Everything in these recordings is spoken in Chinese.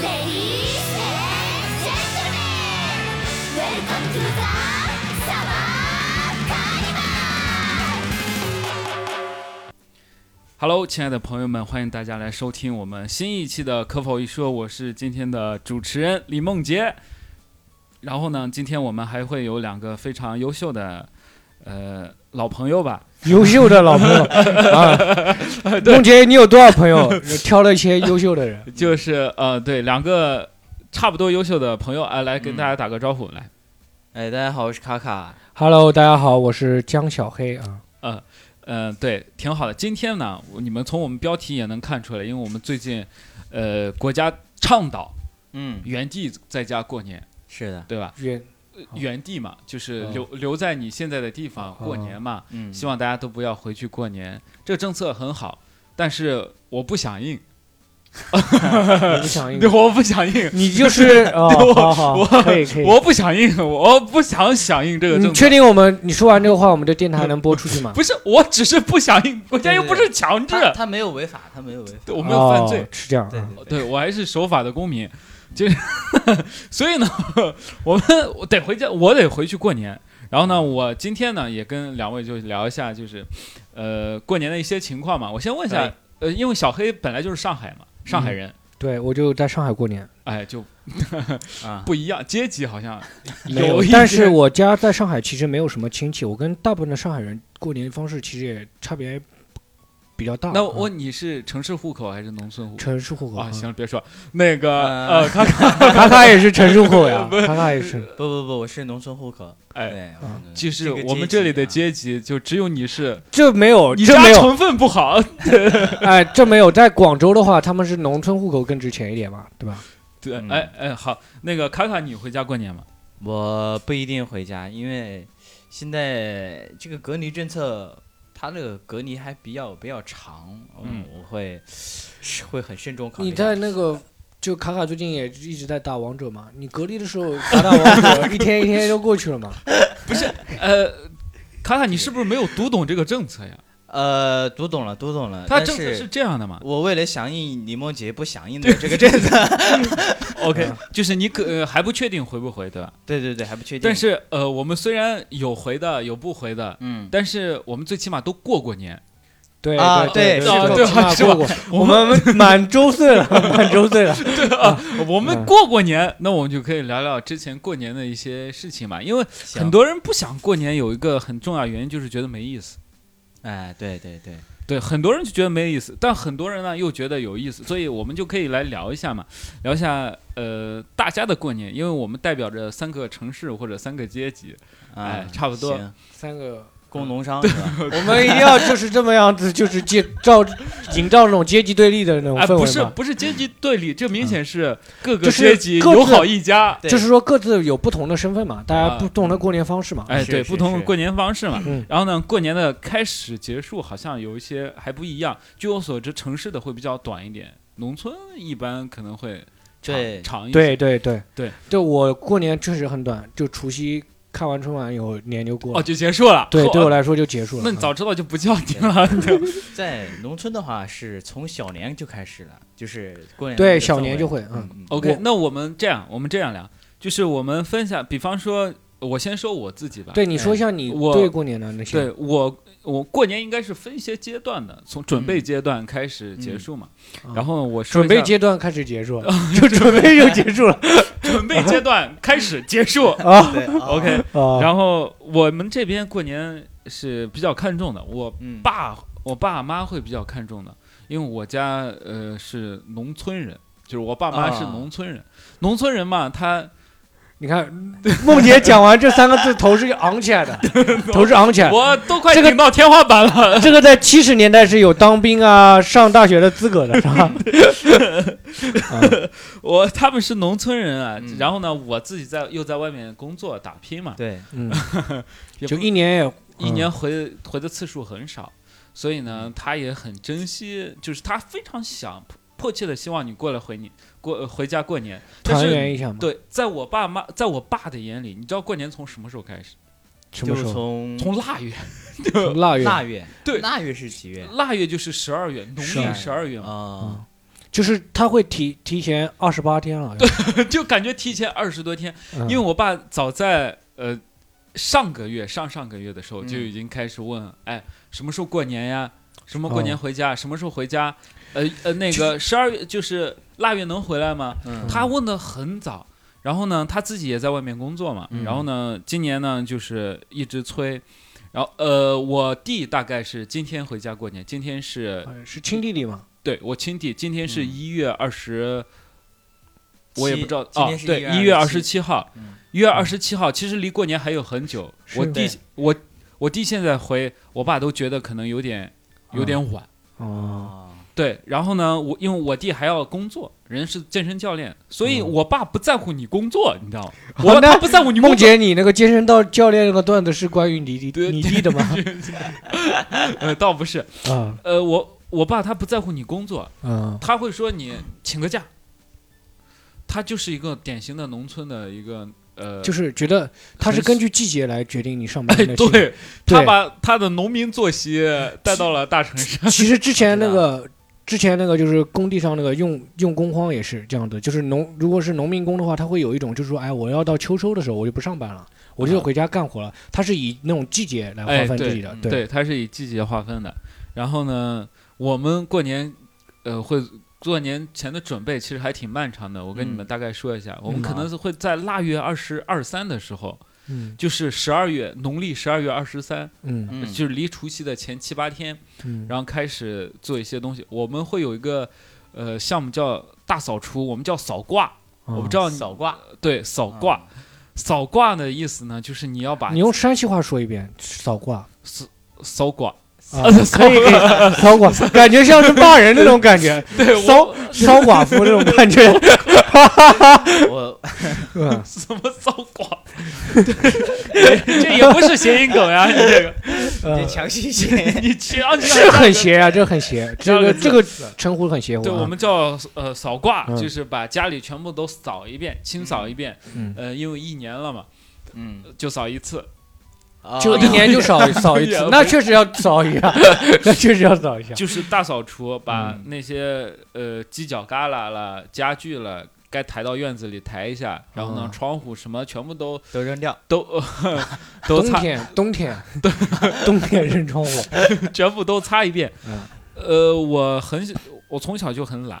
Ladies and gentlemen, welcome to the Summer Carnival. Hello，亲爱的朋友们，欢迎大家来收听我们新一期的《可否一说》，我是今天的主持人李梦洁。然后呢，今天我们还会有两个非常优秀的呃老朋友吧， 优秀的老朋友啊，梦洁，你有多少 朋友？挑了一些优秀的人，就是呃对两个差不多优秀的朋友啊、来跟大家打个招呼、来。哎，大家好，我是卡卡。 Hello，大家好，我是江小黑啊。嗯，对，挺好的。今天呢，我你们从我们标题也能看出来，因为我们最近呃国家倡导嗯，原地在家过年，是的，对吧？愿原地嘛，就是哦留、留在你现在的地方过年嘛。嗯，希望大家都不要回去过年。这个政策很好，但是我不响应，你 不想应，我不响应，你就是 啊，对我好好，我可以可以。我不响应，我不想响应这个你政策。嗯确定我们你说完这个话，我们的电台能播出去吗？不是，我只是不响应，国家又不是强制，他他没有违法，他没有违法。对我没有犯罪哦，，是这样对啊。对对，对我还是守法的公民。就是， 所以呢， 我们我得回家，我得回去过年。然后呢，我今天呢也跟两位就聊一下，就是，呃，过年的一些情况嘛。我先问一下哎，呃，因为小黑本来就是上海嘛，上海嗯人，对，我就在上海过年，哎，就啊，不一样，阶级好像没有有一些但是我家在上海其实没有什么亲戚，我跟大部分的上海人过年方式其实也差别比较大。那啊我问你是城市户口还是农村户口？城市户口啊，啊，行了，别说那个呃呃，看看 卡卡也是城市户 口呀，卡卡也是。不不不，我是农村户口。哎，对，啊我就是这个我们这里的阶级啊阶级，就只有你是，这没有，你这家没有，成分不好，哎，这没有。在广州的话，他们是农村户口更值钱一点嘛，对吧？对，嗯哎哎，好，那个卡卡，你回家过年吗？啊，我不一定回家，因为现在这个隔离政策，它这个隔离还比较比较长，嗯我会是会很慎重考虑。你在那个就卡卡最近也一直在打王者嘛，你隔离的时 候打打王者，一天一天就过去了嘛。呃，卡卡，你是不是没有读懂这个政策呀？呃，读懂了，读懂了。它但政策是是这样的 嘛我为了响应李梦洁不响应的这个政策， ？OK，就是你可呃还不确定回不回，对吧？对对对，还不确定。但是呃，我们虽然有回的，有不回的。嗯，但是我们最起码都过过年，对啊对对是的对，是吧起码过过。我们满周 岁了，满周岁了。我们嗯过过年，那我们就可以聊聊之前过年的一些事情嘛。因为行很多人不想过年，有一个很重要原因就是觉得没意思。哎，对对对，对，很多人就觉得没意思，但很多人呢又觉得有意思，所以我们就可以来聊一下嘛，聊一下呃大家的过年，因为我们代表着三个城市或者三个阶级，哎啊，差不多行嗯三个，工农商是吧？我们一定要就是这么样子，就是介照营造那种阶级对立的那种哎，氛不围是嘛。嗯不是阶级对立，这明显是各个就是阶级各自友好一家，对就是说各自有不同的身份嘛，大啊家不同的过年方式嘛。哎，是对，是不同的是过年方式嘛。嗯然后呢，过年的开始、结束好像有一些还不一样。据我所知，城市的会比较短一点，农村一般可能会长 对长一些。对对对对，就我过年确实很短，就除夕看完春晚以后，年就过了。哦，就结束了。对，嚯对我来说就结束了。那你嗯早知道就不叫你 了。在农村的话，是从小年就开始了，就是过年的对这个小氛年围就会嗯嗯嗯 OK，我那我们这样，我们这样聊，就是我们分享，比方说，我先说我自己吧。对你说一下你我对过年的那些。对，我我过年应该是分一些阶段的，从准备阶段开始结束嘛。嗯然后我说准一下备阶段开始结束，就准备就结束了 准备阶段开始结 束。啊对 OK，啊！然后我们这边过年是比较看重的，我嗯，爸我爸妈会比较看重的，因为我家呃是农村人，就是我爸妈是啊农村人，农村人嘛，他你看，梦姐讲完这三个字，头是昂起来 的，头是昂起来。我都快哎这个顶到天花板了。这个在七十年代是有当兵啊、上大学的资格的，是 吧？啊我他们是农村人啊，嗯然后呢，我自己在又在外面工作打拼嘛，对，嗯，也就不一年也一年回回的次数很少，所以呢，他也很珍惜，就是他非常想迫切的希望你过来回你过呃回家过年，但团是圆一下嘛。对，在我爸妈，在我爸的眼里，你知道过年从什么时候开始？什就么时是候？从从腊月，从腊月。腊月，对腊月是几月？腊月就是十二月，农是历十二月嘛。啊，就是他会提提前二十八天了， 就感觉提前二十多天，嗯因为我爸早在呃上个月、上上个月的时候嗯就已经开始问，哎，什么时候过年呀？什么过年哦回家？什么时候回家？呃呃，那就个十二月就是腊月能回来吗？嗯他问的很早，然后呢，他自己也在外面工作嘛，嗯然后呢，今年呢就是一直催，然后呃，我弟大概是今天回家过年，今天是呃是亲弟弟嘛？对我亲弟，今天是嗯一月二十、我也不知道今哦天，是对， 1一月月二十27七号嗯，一月二十七号，其实离过年还有很久，是我吗弟对我我弟现在回，我爸都觉得可能有点有点晚。哦，哦，对，然后呢，我因为我弟还要工作，人是健身教练，所以嗯我爸不在乎你工作，你知道吗？哦我那他不在乎你工梦作，姐，你那个健身到教练那个段子是关于你弟对你弟的吗？呃，倒不是，啊呃，我我爸他不在乎你工作，啊他会说你请个假。他就是一个典型的农村的一个呃，就是觉得他是很根据季节来决定你上班哎，的心。对他 对把他的农民作 息带到了大城市。其实之前那 个。之前那个就是工地上那个用用工荒也是这样的，就是农如果是农民工的话，他会有一种就是说，哎，我要到秋收的时候我就不上班了，我就啊回家干活了。他是以那种季节来哎划分对自己的，嗯对，它是以季节划分的。然后呢，我们过年，呃，会过年前的准备其实还挺漫长的。我跟你们嗯大概说一下，我们嗯可能是会在腊月二十二三的时候，嗯就是十二月农历十二月二十三，嗯嗯就是离除夕的前七八天，嗯，然后开始做一些东西。我们会有一个呃项目叫大扫除，我们叫扫挂。我不知道道你扫挂，对扫挂，扫挂的意思呢，就是你要把嗯你用山西话说一遍，扫挂。扫挂。啊， 可以可以，骚寡，感觉像是骂人那种感觉，对，我骚骚寡妇那种感 觉。 我 嗯，什么骚 寡？对这也不是谐音梗呀，你这个，这呃强行 写你去啊，你是很邪啊，这很邪，这个这样子这个称呼很邪乎啊。对我们叫呃扫挂，嗯就是把家里全部都扫一遍，清扫一遍。嗯呃，因为一年了嘛，嗯，就扫一次。啊 就一年就 扫扫一也次不，那确实要扫一 下，那确实要扫一下。就是大扫除，把嗯那些呃犄角旮旯了、家具了，该抬到院子里抬一下，然后呢嗯，窗户什么全部都都扔掉，都都冬擦，天冬 天冬天扔 窗户，全部都擦一遍嗯。呃，我很我从小就很懒，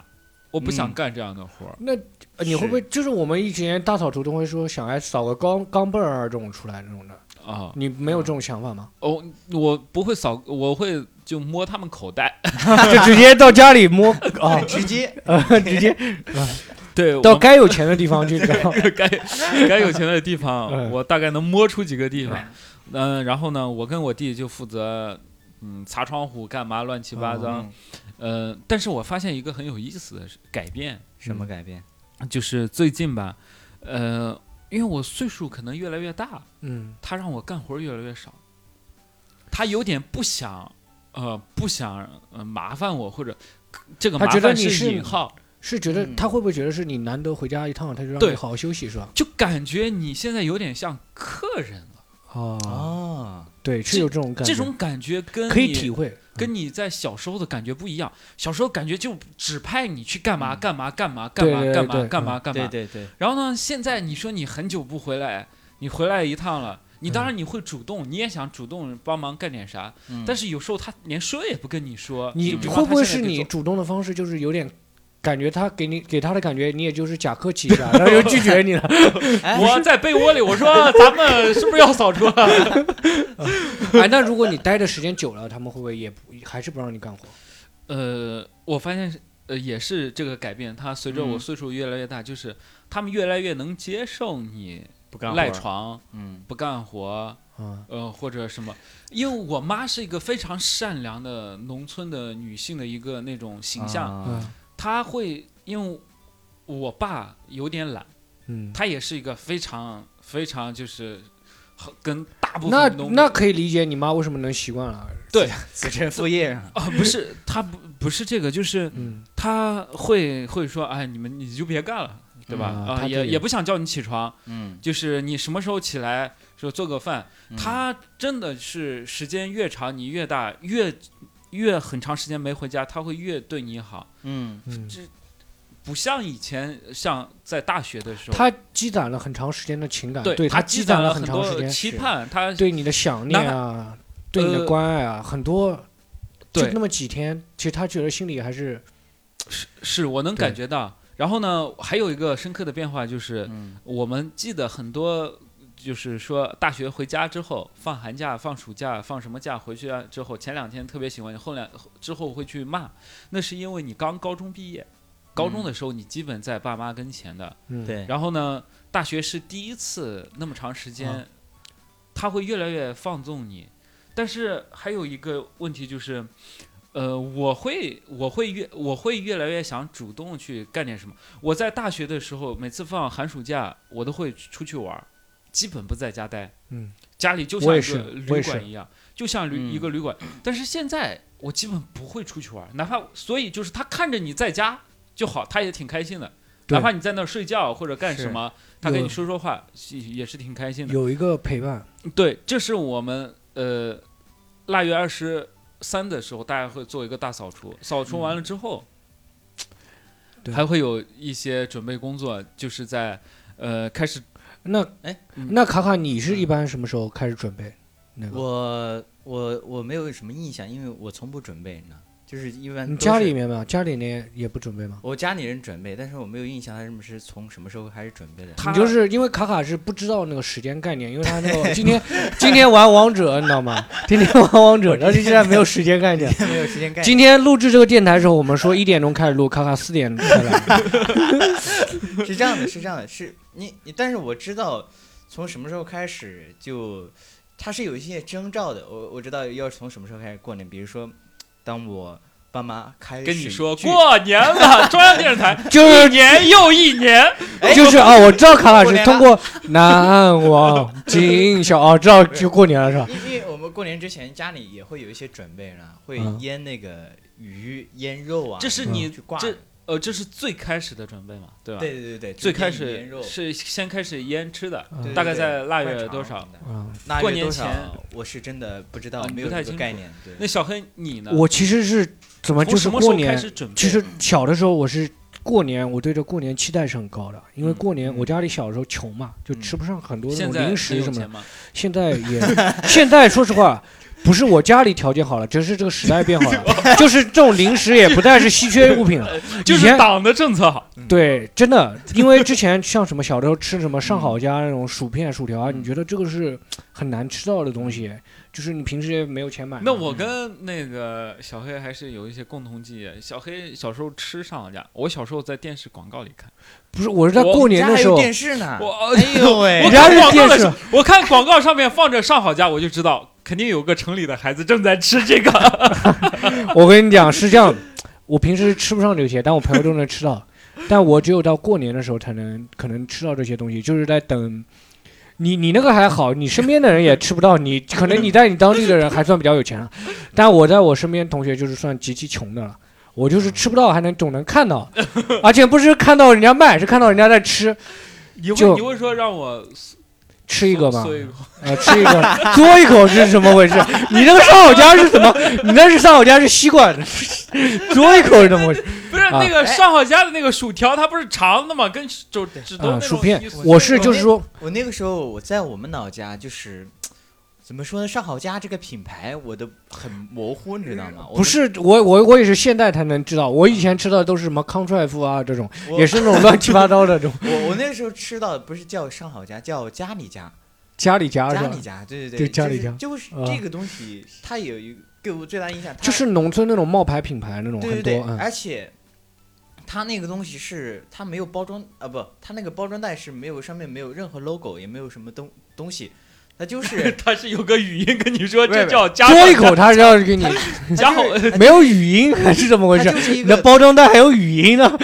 我不想嗯，干这样的活儿。那呃你会不会就是我们以前大扫除都会说想哎扫个钢钢镚儿这种出来这种的，啊，你没有这种想法 吗？哦，我不会扫，我会就摸他们口袋。 就直接到家里 摸啊直接呃直接对，我到该有钱的地方去找。该该有钱的地方，嗯我大概能摸出几个地方。嗯，然后呢，我跟我弟就负责嗯擦窗户，干嘛乱七八糟。嗯呃，但是我发现一个很有意思的是改变，什么改变？就是最近吧，呃，因为我岁数可能越来越大，嗯他让我干活儿越来越少，他有点不想，呃，不想呃麻烦我，或者这个他麻觉得烦你是引号，，是觉得嗯他会不会觉得是你难得回家一趟，他就让对你好好休息是吧？就感觉你现在有点像客人了，嗯哦，哦，对，是有这种感这觉，种感觉跟可以你体会，嗯跟你在小时候的感觉不一样，小时候感觉就只派你去干嘛嗯干嘛干嘛干对嘛对干对嘛对干嘛干对嘛，对对，然后呢，现在你说你很久不回来，你回来一趟了。你当然你会主动，你也想主动帮忙干点啥，但是是有时候他连说也不跟你说。嗯你就比方会不会他现是在给你做主动的方式就是有点？感觉他给你给他的感觉，你也就是假客气一下，然后就拒绝你了。哎我在被窝里，我说咱们是不是要扫除了？哎，那如果你待的时间久了，他们会不会也不还是不让你干活？呃，我发现是呃也是这个改变，他随着我嗯岁数越来越大，就是他们越来越能接受你 不干活赖，床嗯不干活，啊，呃或者什么。因为我妈是一个非常善良的农村的女性的一个那种形象，啊嗯她会因为我爸有点懒，嗯，他也是一个非常非常就是很跟大部那分农那可以理解你妈为什么能习惯了。子承父业啊，啊、不是他不不是这个，就是嗯，他会会说，哎，你们你就别干了，对吧？嗯啊、他这也个也不想叫你起床，嗯，就是你什么时候起来，说做个饭。嗯他真的是时间越长，你越大，越越很长时间没回家，他会越对你好。嗯嗯不像以前像在大学的时候，他积攒了很长时间的情感，对他积攒了很长时多间期盼，他对你的想念啊，对你的呃关爱啊，很多就对那么几天，其实他觉得心里还是是我能对感觉到。然后呢，还有一个深刻的变化就是，嗯，我们记得很多，就是说大学回家之后，放寒假、放暑假、放什么假回去啊之后，前两天特别喜欢，后两之后会去骂，那是因为你刚高中毕业，高中的时候你基本在爸妈跟前的。嗯，对，然后呢，大学是第一次那么长时间，嗯他会越来越放纵你。但是还有一个问题就是，呃，我会我会越我会越来越想主动去干点什么。我在大学的时候，每次放寒暑假，我都会出去玩儿，基本不在家待。嗯，家里就我像也一个是我旅也是馆一样，就像旅、嗯一个旅馆。但是现在我基本不会出去玩儿，哪怕所以就是他看着你在家就好，他也挺开心的。对哪怕你在那儿睡觉或者干什么，他跟有你说说话是也是挺开心的。有一个陪伴，对，这是我们呃腊月二十三的时候，大家会做一个大扫除，扫除完了之后，嗯对还会有一些准备工作，就是在呃开始那哎嗯那卡卡，你是一般什么时候开始准备？那个我我我没有什么印象，因为我从不准备，你知道，就是一般你都家是里面嘛，家里面也不准备吗？我家里人准备，但是我没有印象他们是从什么时候开始准 备的。他你就是因为卡卡是不知道那个时间概念，因为他那个今天今天玩王者，你知道吗？今天玩王者，然后就现在没有时间概 念。没有时间干。今天录制这个电台的时候，我们说一点钟开始录，卡卡四点开来。是这样的，是这样的，是你你，但是我知道从什么时候开始就它是有一些征兆的，我我知道要是从什么时候开始过年，比如说当我爸妈开始跟你说聚过年 了，中央电视台就是一年又一年，哎就是啊，我知道卡卡过是年了通过南往今宵啊，知道就过年了是吧？因因为我们过年之前家里也会有一些准备呢，会嗯腌那个鱼、腌肉啊，这是然后你去挂这着。呃，这是最开始的准备嘛，对吧？对对对对，最就开腌鱼腌始肉，是先开始腌吃的，嗯对对大概对在腊灌月肠多什少么的？啊，腊过月年多少前我是真的不知道啊，你没不有太这个清概楚念。对，那小黑你呢？我其实是怎么从就是什么时过候开年始准备？其实小的时候我是过年，我对这过年期待是很高的，因为嗯过年嗯我家里小时候穷嘛，就吃不上很多那现种在零食能有什么的钱。吗？现 在也，现在说实话，不是我家里条件好了，只是这个时代变好 了，就是这种零食也不再是稀缺物品了。就以是前党的政策嗯好，对，真的，因为之前像什么小时候吃什么上好佳那种薯片、薯条啊，嗯你觉得这个是很难吃到的东西，就是你平时也没有钱买。那我跟那个小黑还是有一些共同记忆。小黑小时候吃上好佳，我小时候在电视广告里看，不是我是在我过你年家的还时有候，电视呢。我呃哎呦喂我啊人！家看是广告的电视时候，我看广告上面放着上好佳，我就知道肯定有个城里的孩子正在吃这个。 我跟你讲是这样的，我平时吃不上这些，但我朋友都能吃到，但我只有到过年的时候才能可能吃到这些东西，就是在等。你你那个还好，你身边的人也吃不到，你可能你在你当地的人还算比较有钱了，但我在我身边同学就是算极其穷的了，我就是吃不到还能总能看到，而且不是看到人家卖，是看到人家在吃，你会就你会说让我吃一个吧 嗦，一口呃，吃一个，嘬一口是什么回事？你这个上好佳是怎么？你那是上好佳是吸管的， 嘬一口是怎么回事？不是啊那个上好佳的那个薯条，它不是长的吗？跟肘指头那啊，种薯片一，我是就是说，我那个时候我在我们老家就是。怎么说呢？上好佳这个品牌我都很模糊，你知道吗？我不是我我我也是现在才能知道，我以前吃到的都是什么康帅傅啊这种，我也是那种乱七八糟的这种我我那个时候吃到的不是叫上好佳，叫家里佳，家里夹家的里，佳，对对对对，家里就是家就是啊这个东西，它有一给我最大印象，它就是农村那种冒牌品牌那种对对很对多，，嗯，而且它那个东西是它没有包装啊，不，它那个包装袋是没有上面没有任何 logo，也没有什么东东西，它就是 他是有个 语音跟你说，不是这叫加嘬一口他是要给你，加 好它哎就是没有语音还是怎么回它事？就是一你的个包装袋还有语音呢？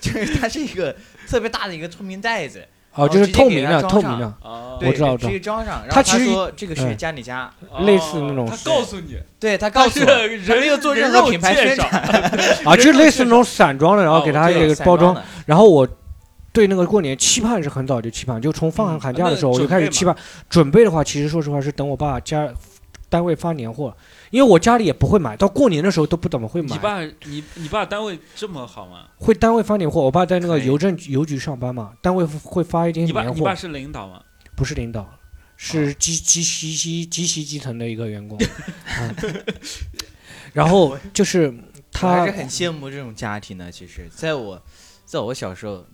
就是它是一个特别大的一个透明袋子，哦，就是直接透给明它的，装透上明的，哦我对，知道我知直接装上，然它后其他实说这个是嗯家里家，类似那种哦他是告诉你，对他他告诉是我，人没有做任人何肉品牌介宣绍传，啊，就是人肉类似那种散装的，然后给它哦一对个散包装，的然后我对那个过年期盼是很早就期盼，就从放嗯寒假的时候那我就开始期盼。准备的话，其实说实话是等我爸家单位发年货，因为我家里也不会买，到过年的时候都不怎么会你买。爸你你爸单位这么好吗？会单位发年货，我爸在那个可以邮政局邮局上班嘛，单位会发一些你爸年你货爸，是领导吗？不是领导，是极极其极极其基层的一个员工。嗯然后就是我还他是很羡慕这种家庭的。其实，在我，在我小时候，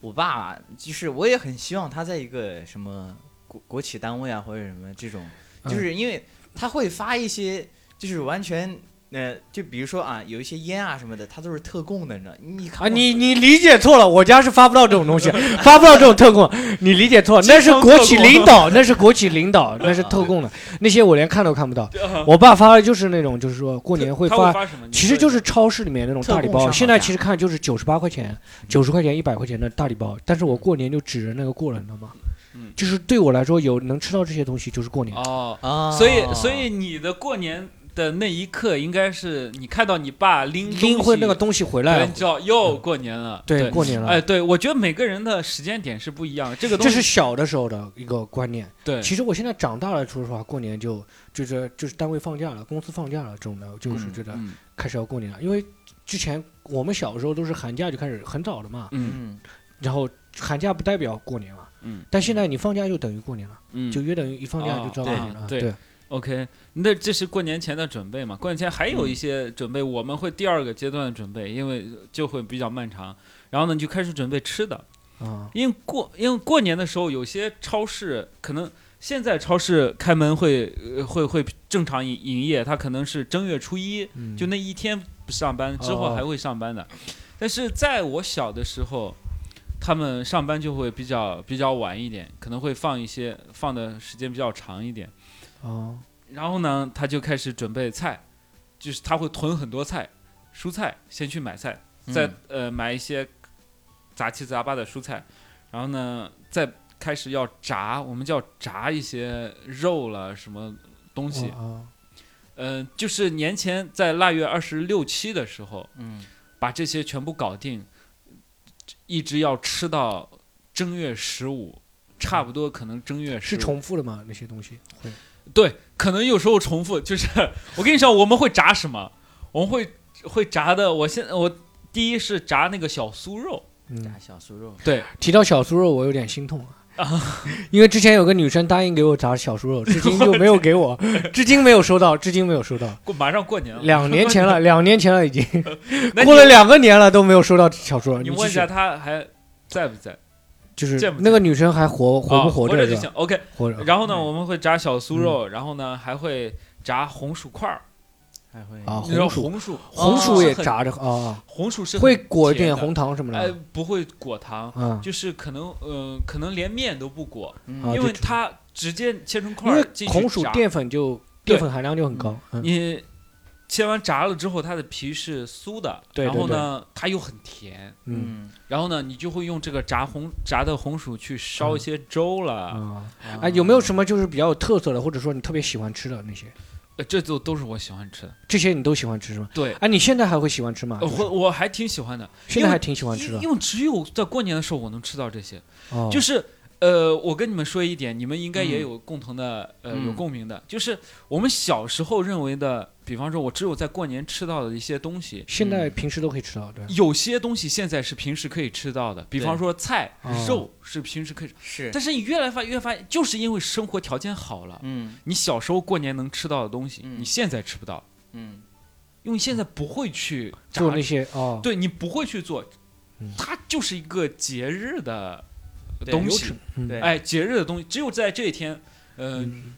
我爸就是我也很希望他在一个什么国国企单位啊，或者什么这种，嗯就是因为他会发一些，就是完全。呃，就比如说啊，有一些烟啊什么的，他都是特供的，你知道？你看啊，我你你理解错了，我家是发不到这种东西，发不到这种特供，你理解错了，那是国企领导，那是国企领导，那是特供的，那些我连看都看不到。我爸发的就是那种，就是说过年会啊他会发，发什么？你其实说一就是下超市里面那种大礼特供包，上现在好价其实看就是九十八块钱、九十块钱、一百块钱的大礼包，但是我过年就指着那个过了，你知道吗嗯？就是对我来说，有能吃到这些东西就是过年。哦，啊，所以所以你的过年的那一刻，应该是你看到你爸拎拎回那个东东西回西，对来你，知道又过年了，对，过年哎，了，对，我觉得每个人的时间点是不一样的，这个东这西是小的时候的一个观念。对，其实我现在长大了，说实话，过年就就是就是单位放假了，公司放假了这种的，就是嗯觉得嗯开始要过年了。因为之前我们小时候都是寒假就开始很早的嘛，嗯嗯，然后寒假不代表过年嘛，嗯但现在你放假就等于过年了，嗯，就约等于一放假就知道过年了，哦对对对 OK，那这是过年前的准备嘛？过年前还有一些准备，我们会第二个阶段的准备，因为就会比较漫长。然后呢，你就开始准备吃的，啊，因为过因为过年的时候，有些超市可能现在超市开门会呃会会正常营营业，它可能是正月初一，嗯就那一天不上班，之后还会上班的。但是在我小的时候，他们上班就会比较比较晚一点，可能会放一些放的时间比较长一点。啊，然后呢，他就开始准备菜，就是他会囤很多菜，蔬菜先去买菜，嗯嗯再、呃买一些杂七杂八的蔬菜，然后呢再开始要炸，我们叫炸一些肉了什么东西，啊，嗯、就是年前在腊月二十六七的时候嗯，把这些全部搞定，一直要吃到正月十五。差不多可能正月是15重复的吗？那些东西会对，可能有时候重复，就是我跟你说，我们会炸什么？我们会会炸的。我现我第一是炸那个小酥肉，嗯炸，小酥肉，对，提到小酥肉，我有点心痛啊。 因为之前有个女生答应给我炸小酥肉，至今就没有 给我，至今没有收到，至今没有收到。过马上过年了。两年前 了，两年前了，已经那过了你两个年了都没有收到小说。你继问一续下，他还在不在？就是见不见那个女生还活活不哦活活着就是啊行吧？。嗯 OK，活着然后呢，我们会炸小酥肉，然后呢还会炸红薯块儿。还会啊，你知道红薯红薯，红薯也是很，炸着啊，红薯是会很裹一甜点的红。糖什么哎的，不会裹糖，啊，就是可能，呃，可能连面都不裹，嗯啊因就为只它直接切成块嗯因儿为进去红薯炸淀粉就对淀粉含量就很高，嗯你切完炸了之后，它的皮是酥的，对然对后对呢，它又很甜，嗯嗯然后呢，你就会用这个炸红炸的红薯去烧一些粥了，啊，啊哎，有没有什么就是比较有特色的，或者说你特别喜欢吃的那些？呃这都都是我喜欢吃的。这些你都喜欢吃是吗？对，哎，你现在还会喜欢吃吗？呃就是我我还挺喜欢的，现在还嗯挺喜欢吃的因因为只有在过年的时候我能吃到这些，哦，就是。呃，我跟你们说一点，你们应该也嗯有共同的，呃，嗯有共鸣的，就是我们小时候认为的，比方说，我只有在过年吃到的一些东西，现在平时都可以吃到，对吧，有些东西现在是平时可以吃到的，比方对说菜哦、肉是平时可以吃，是？但是你越来发越发现，就是因为生活条件好了，嗯你小时候过年能吃到的东西，嗯你现在吃不到，嗯因为你现在不会去炸做那些哦，对你不会去做嗯，它就是一个节日的对东流西，嗯对哎，节日的东西，只有在这一天，嗯。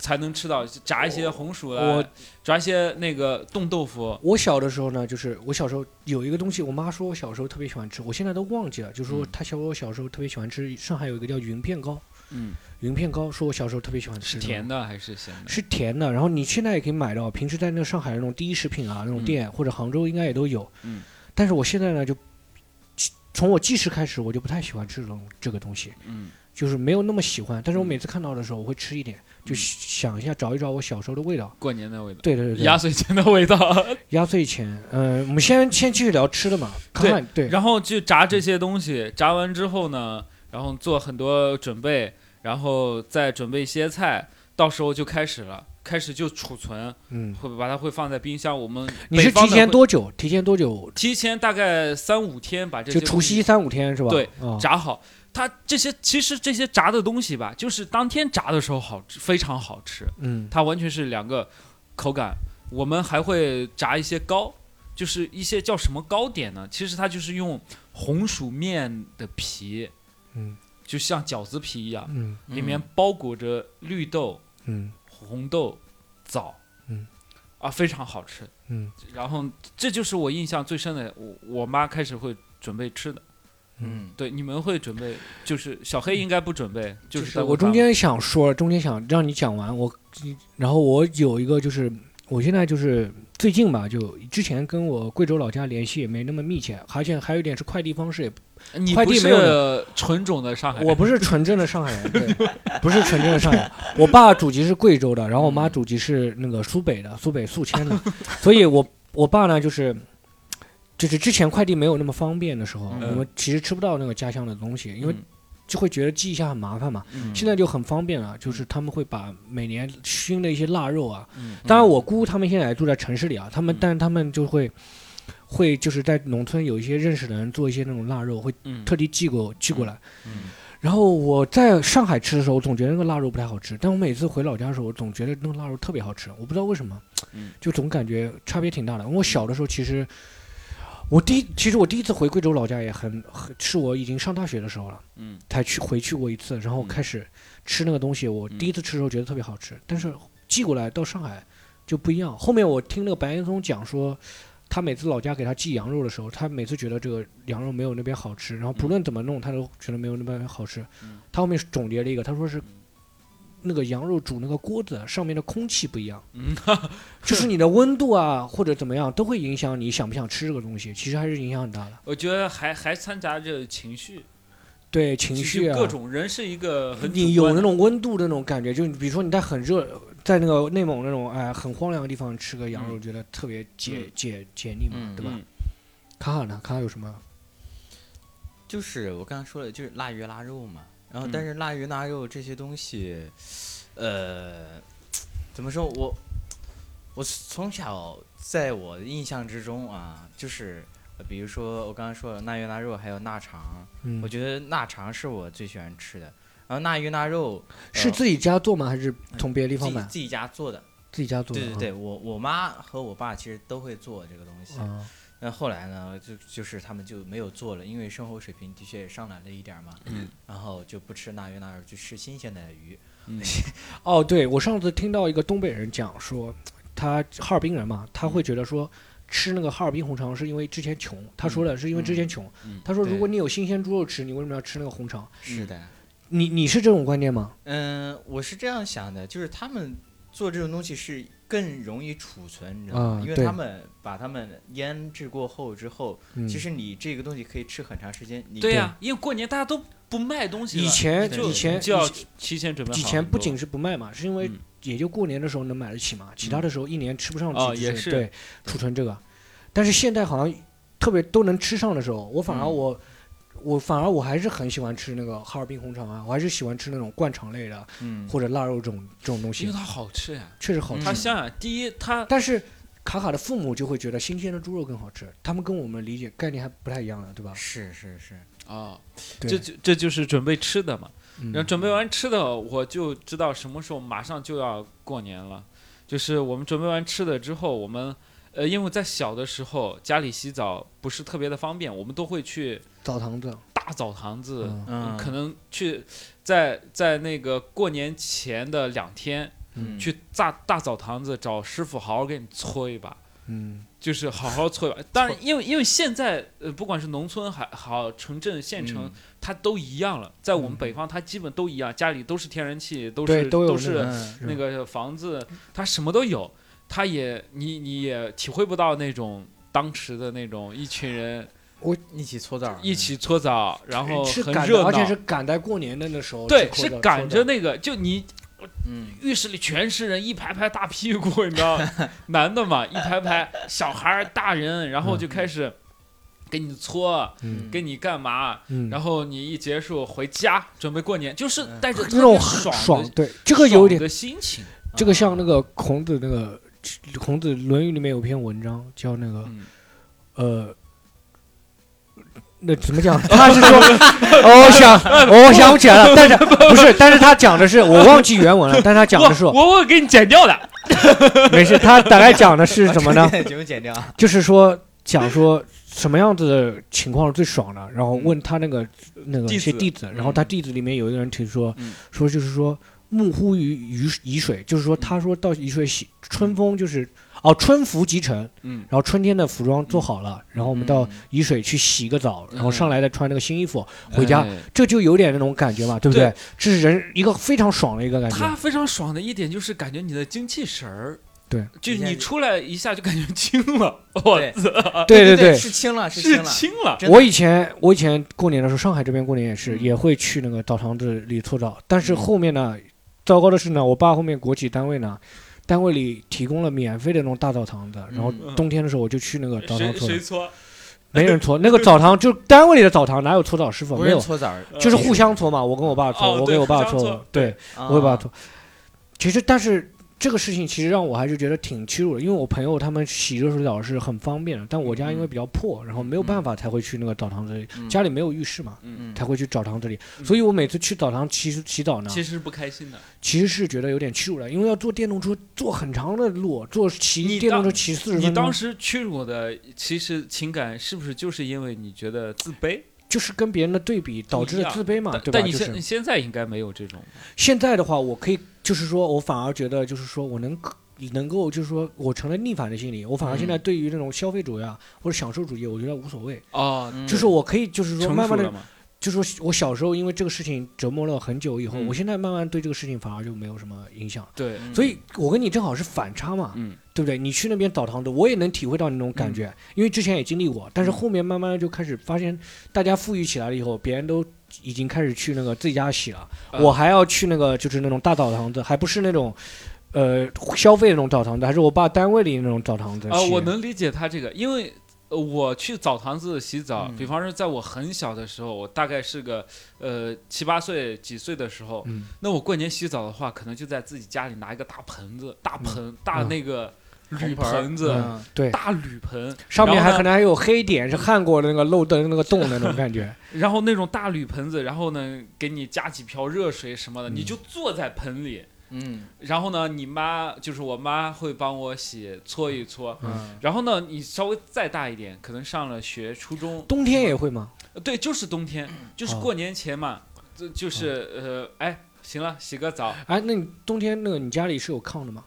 才能吃到炸一些红薯我啦，炸一些那个冻豆腐，我小的时候呢，就是我小时候有一个东西，我妈说我小时候特别喜欢吃，我现在都忘记了。就是说嗯她小我小时候特别喜欢吃，上海有一个叫云片糕，嗯，云片糕说我小时候特别喜欢吃是的，甜的还是咸的？是甜的。然后你现在也可以买到，平时在那上海那种第一食品啊那种嗯店、或者杭州应该也都有。嗯，但是我现在呢就。从我记事开始，我就不太喜欢吃这种这个东西，嗯，就是没有那么喜欢。但是我嗯每次看到的时候，我会吃一点，嗯就想一下找一找我小时候的味道。过年的味道，对对对对，压岁钱的味 道。压岁钱，嗯、我们先先继续聊吃的嘛，看看对，然后去炸这些东西，炸完之后呢，然后做很多准备，然后再准备一些菜，到时候就开始了。开始就储存，嗯，会把它会放在冰箱。我们你是北方提的前会多久？提前多久？提前大概三五天把这些就除东西夕三五天是吧？对啊，炸好。它这些其实这些炸的东西吧，就是当天炸的时候好吃，非常好吃。嗯，它完全是两个口感。我们还会炸一些糕，就是一些叫什么糕点呢？其实它就是用红薯面的皮，嗯，就像饺子皮一样，嗯里面包裹着绿豆、嗯红豆、枣，嗯，啊，非常好吃。嗯然后这就是我印象最深的，我我妈开始会准备吃的。嗯，对，你们会准备，就是小黑应该不准备，就就是是在我爸中妈间想说，中间想让你讲完，我然后我有一个就是，我现在就是最近吧，就之前跟我贵州老家联系也没那么密切，而且还有一点是快递方式也你快不递是没有纯种的上海人，我不是纯正的上海人，对，不是纯正的上海人。我爸祖籍是贵州的，然后我妈祖籍是那个苏北的，苏北宿迁的，所以我我爸呢就是。就是之前快递没有那么方便的时候，嗯我们其实吃不到那个家乡的东西，因为嗯就会觉得寄一下很麻烦嘛。嗯现在就很方便了，就是他们会把每年熏的一些腊肉啊，嗯当然我姑他们现在也住在城市里啊，他们嗯但是他们就会会就是在农村有一些认识的人做一些那种腊肉，会嗯特地寄过寄过来。嗯然后我在上海吃的时候，我总觉得那个腊肉不太好吃，但我每次回老家的时候，我总觉得那个腊肉特别好吃，我不知道为什么，嗯就总感觉差别挺大的。因为我小的时候其实，我第一其实我第一次回贵州老家也很很是我已经上大学的时候了，嗯才去回去过一次，然后开始吃那个东西，我嗯第一次吃的时候觉得特别好吃，但是寄过来到上海就不一样。后面我听那个白岩松讲说。他每次老家给他寄羊肉的时候，他每次觉得这个羊肉没有那边好吃，然后不论怎么弄，他都觉得没有那边好吃。嗯他后面总结了一个，他说是那个羊肉煮那个锅子上面的空气不一样， 嗯就是你的温度啊或者怎么样都会影响你想不想吃这个东西，其实还是影响很大的。我觉得还还掺杂着情绪，对情绪啊，各种人是一个很你主有观那的种温度的那种感觉，就是比如说你在很热，在那个内蒙那种哎很荒凉的地方吃个羊肉，觉得特别解、嗯解解腻嘛，嗯对吧？嗯卡卡呢？卡卡有什么？就是我刚才说的，就是腊鱼腊肉嘛。然后，嗯但是腊鱼腊肉这些东西，呃，怎么说？我我从小在我的印象之中啊，就是呃比如说我刚刚说的腊鱼腊肉，还有腊肠，嗯我觉得腊肠是我最喜欢吃的。然后腊鱼腊肉是呃自己家做吗？还是从别的地嗯自方己买？自己家做的，自己家做的对啊。对对，我我妈和我爸其实都会做这个东西。啊，那后来呢，就就是他们就没有做了，因为生活水平的确也上来了一点儿嘛。嗯。然后就不吃腊鱼腊肉，就吃新鲜的鱼。嗯哦，对我上次听到一个东北人讲说，他哈尔滨人嘛，他会觉得说。嗯吃那个哈尔滨红肠是因为之前穷，他说的是因为之前穷。嗯他说，如对果你有新鲜猪肉吃，你为什么要吃那个红肠？是的。你你是这种观念吗？嗯、我是这样想的，就是他们做这种东西是更容易储存，你知道啊吗？因为对他们把它们腌制过后之后，嗯，其实你这个东西可以吃很长时间。你对啊呀，因为过年大家都不卖东西了，以前你就以前就要提前准备好以很多。前不仅是不卖嘛，是因为嗯也就过年的时候能买得起嘛，其他的时候一年吃不上哦几也只，是对，储存这个。但是现在好像特别都能吃上的时候，我反而嗯我、我反而我还是很喜欢吃那个哈尔滨红肠啊，我还是喜欢吃那种灌肠类的嗯，或者腊肉这种这种东因为西，它好吃呀，确实好嗯吃。它香呀。第一，它但是卡卡的父母就会觉得新鲜的猪肉更好吃，他们跟我们理解概念还不太一样了，对吧？是是是，啊，对这就这就是准备吃的嘛。嗯然后准备完吃的，我就知道什么时候马上就要过年了。就是我们准备完吃的之后，我们呃，因为在小的时候家里洗澡不是特别的方便，我们都会去嗯澡堂子，大澡堂子，嗯嗯嗯，可能去在在那个过年前的两天、嗯去大大澡堂子找师傅好好给你搓一把。嗯就是好好搓一把，当然，因为因为现在呃，不管是农村还好城镇、县城，嗯它都一样了。在我们北方，它基本都一样，家里都是天然气，都对是都有那是嗯那个房子，它什么都有。它也你你也体会不到那种当时的那种一群人一起搓澡儿，一起搓澡，然后嗯是很赶着热闹，而且是赶在过年的那时候去对，抠是的赶抠着的那个，就你嗯，浴室里全是人，一排排大屁股， 你知道，男的嘛，一排排小孩儿、大人，然后就开始给你搓，嗯给你干嘛，嗯然后你一结束回家准备过年，就是带着那种特别爽的对，这个有爽点的心情，嗯嗯这个像那个孔子那个孔子《论语》里面有篇文章叫那个嗯呃。那怎么讲？他 是说，哦我想，哦我想不起来了，但是不是？但是他讲的是，我忘记原文了。但是他讲的是，我我会给你剪掉的。没事，他大概讲的是什么呢？啊嗯节目剪掉啊。就是说讲说什么样子的情况是最爽的，然后问他那个那个弟一些子弟子，然后他弟子里面有一个人提出说嗯说就是说木乎于沂沂水，就是说他说到沂水洗春风就是哦春服即成，嗯然后春天的服装做好了，然后我们嗯到沂水去洗个澡，然后上来再穿那个新衣服回家，哎这就有点那种感觉嘛，对不对？这是人一个非常爽的一个感觉他。非常爽的一点就是感觉你的精气神儿，对，就一下你就出来一下就感觉 轻了，我对操，对对对，是轻了，是是轻了。轻了，真的我以前我以前过年的时候，上海这边过年也是，嗯也会去那个澡堂子里搓澡。但是后面呢，糟糕的是呢，我爸后面国企单位呢，单位里提供了免费的那种大澡堂子，然后嗯冬天的时候我就去那个澡谁堂搓，谁搓？没人搓。那个澡堂就单位里的澡堂哪有搓澡师傅？不没是有，搓澡儿，就是嗯互相搓嘛。我跟我爸搓，啊哦我对给我爸互相搓对啊我也把它脱。其实，但是这个事情其实让我还是觉得挺屈辱的，因为我朋友他们洗热水澡是很方便的，但我家因为嗯比较破，然后没有办法才会去那个澡堂子里，嗯家里没有浴室嘛，嗯才会去澡堂子里。嗯所以我每次去澡堂其实洗澡呢，其实是不开心的，其实是觉得有点屈辱的，因为要坐电动车坐很长的路，坐骑你电动车当骑四十你分当钟，时屈辱的其实情感是不是就是因为你觉得自卑？就是跟别人的对比导致的样自卑嘛，但啊对吧？但你就是现你现在应该没有这种，现在的话，我可以就是说，我反而觉得就是说我能能够就是说我成了逆反的心理，我反而现在嗯对于那种消费主义啊、或者享受主义，我觉得无所谓，哦，嗯就是我可以就是说成慢熟慢了的，吗？就是说我小时候因为这个事情折磨了很久以后，嗯我现在慢慢对这个事情反而就没有什么影响。对，嗯所以，我跟你正好是反差嘛，嗯对不对？你去那边澡堂子，我也能体会到那种感觉，因为之前也经历过。嗯但是后面慢慢的就开始发现，大家富裕起来了以后，别人都已经开始去那个自己家洗了，呃我还要去那个就是那种大澡堂子，还不是那种呃消费的那种澡堂子，还是我爸单位里那种澡堂子啊，洗我能理解他这个，因为呃我去澡堂子洗澡，嗯比方说在我很小的时候，我大概是个呃七八岁几岁的时候，嗯那我过年洗澡的话，可能就在自己家里拿一个大盆子，大盆、大那个铝盆子。嗯嗯对，大铝盆，上面然后还呢可能还有黑点，是焊过的那个漏的那个洞的那种感觉。然后那种大铝盆子，然后呢，给你加几瓢热水什么的，嗯你就坐在盆里，嗯然后呢，你妈就是我妈会帮我洗搓一搓，嗯然后呢，你稍微再大一点，可能上了学初中，冬天也会吗？呃对，就是冬天，就是哦过年前嘛，这就是呃，哎，行了，洗个澡，哎，那你冬天那个你家里是有炕的吗？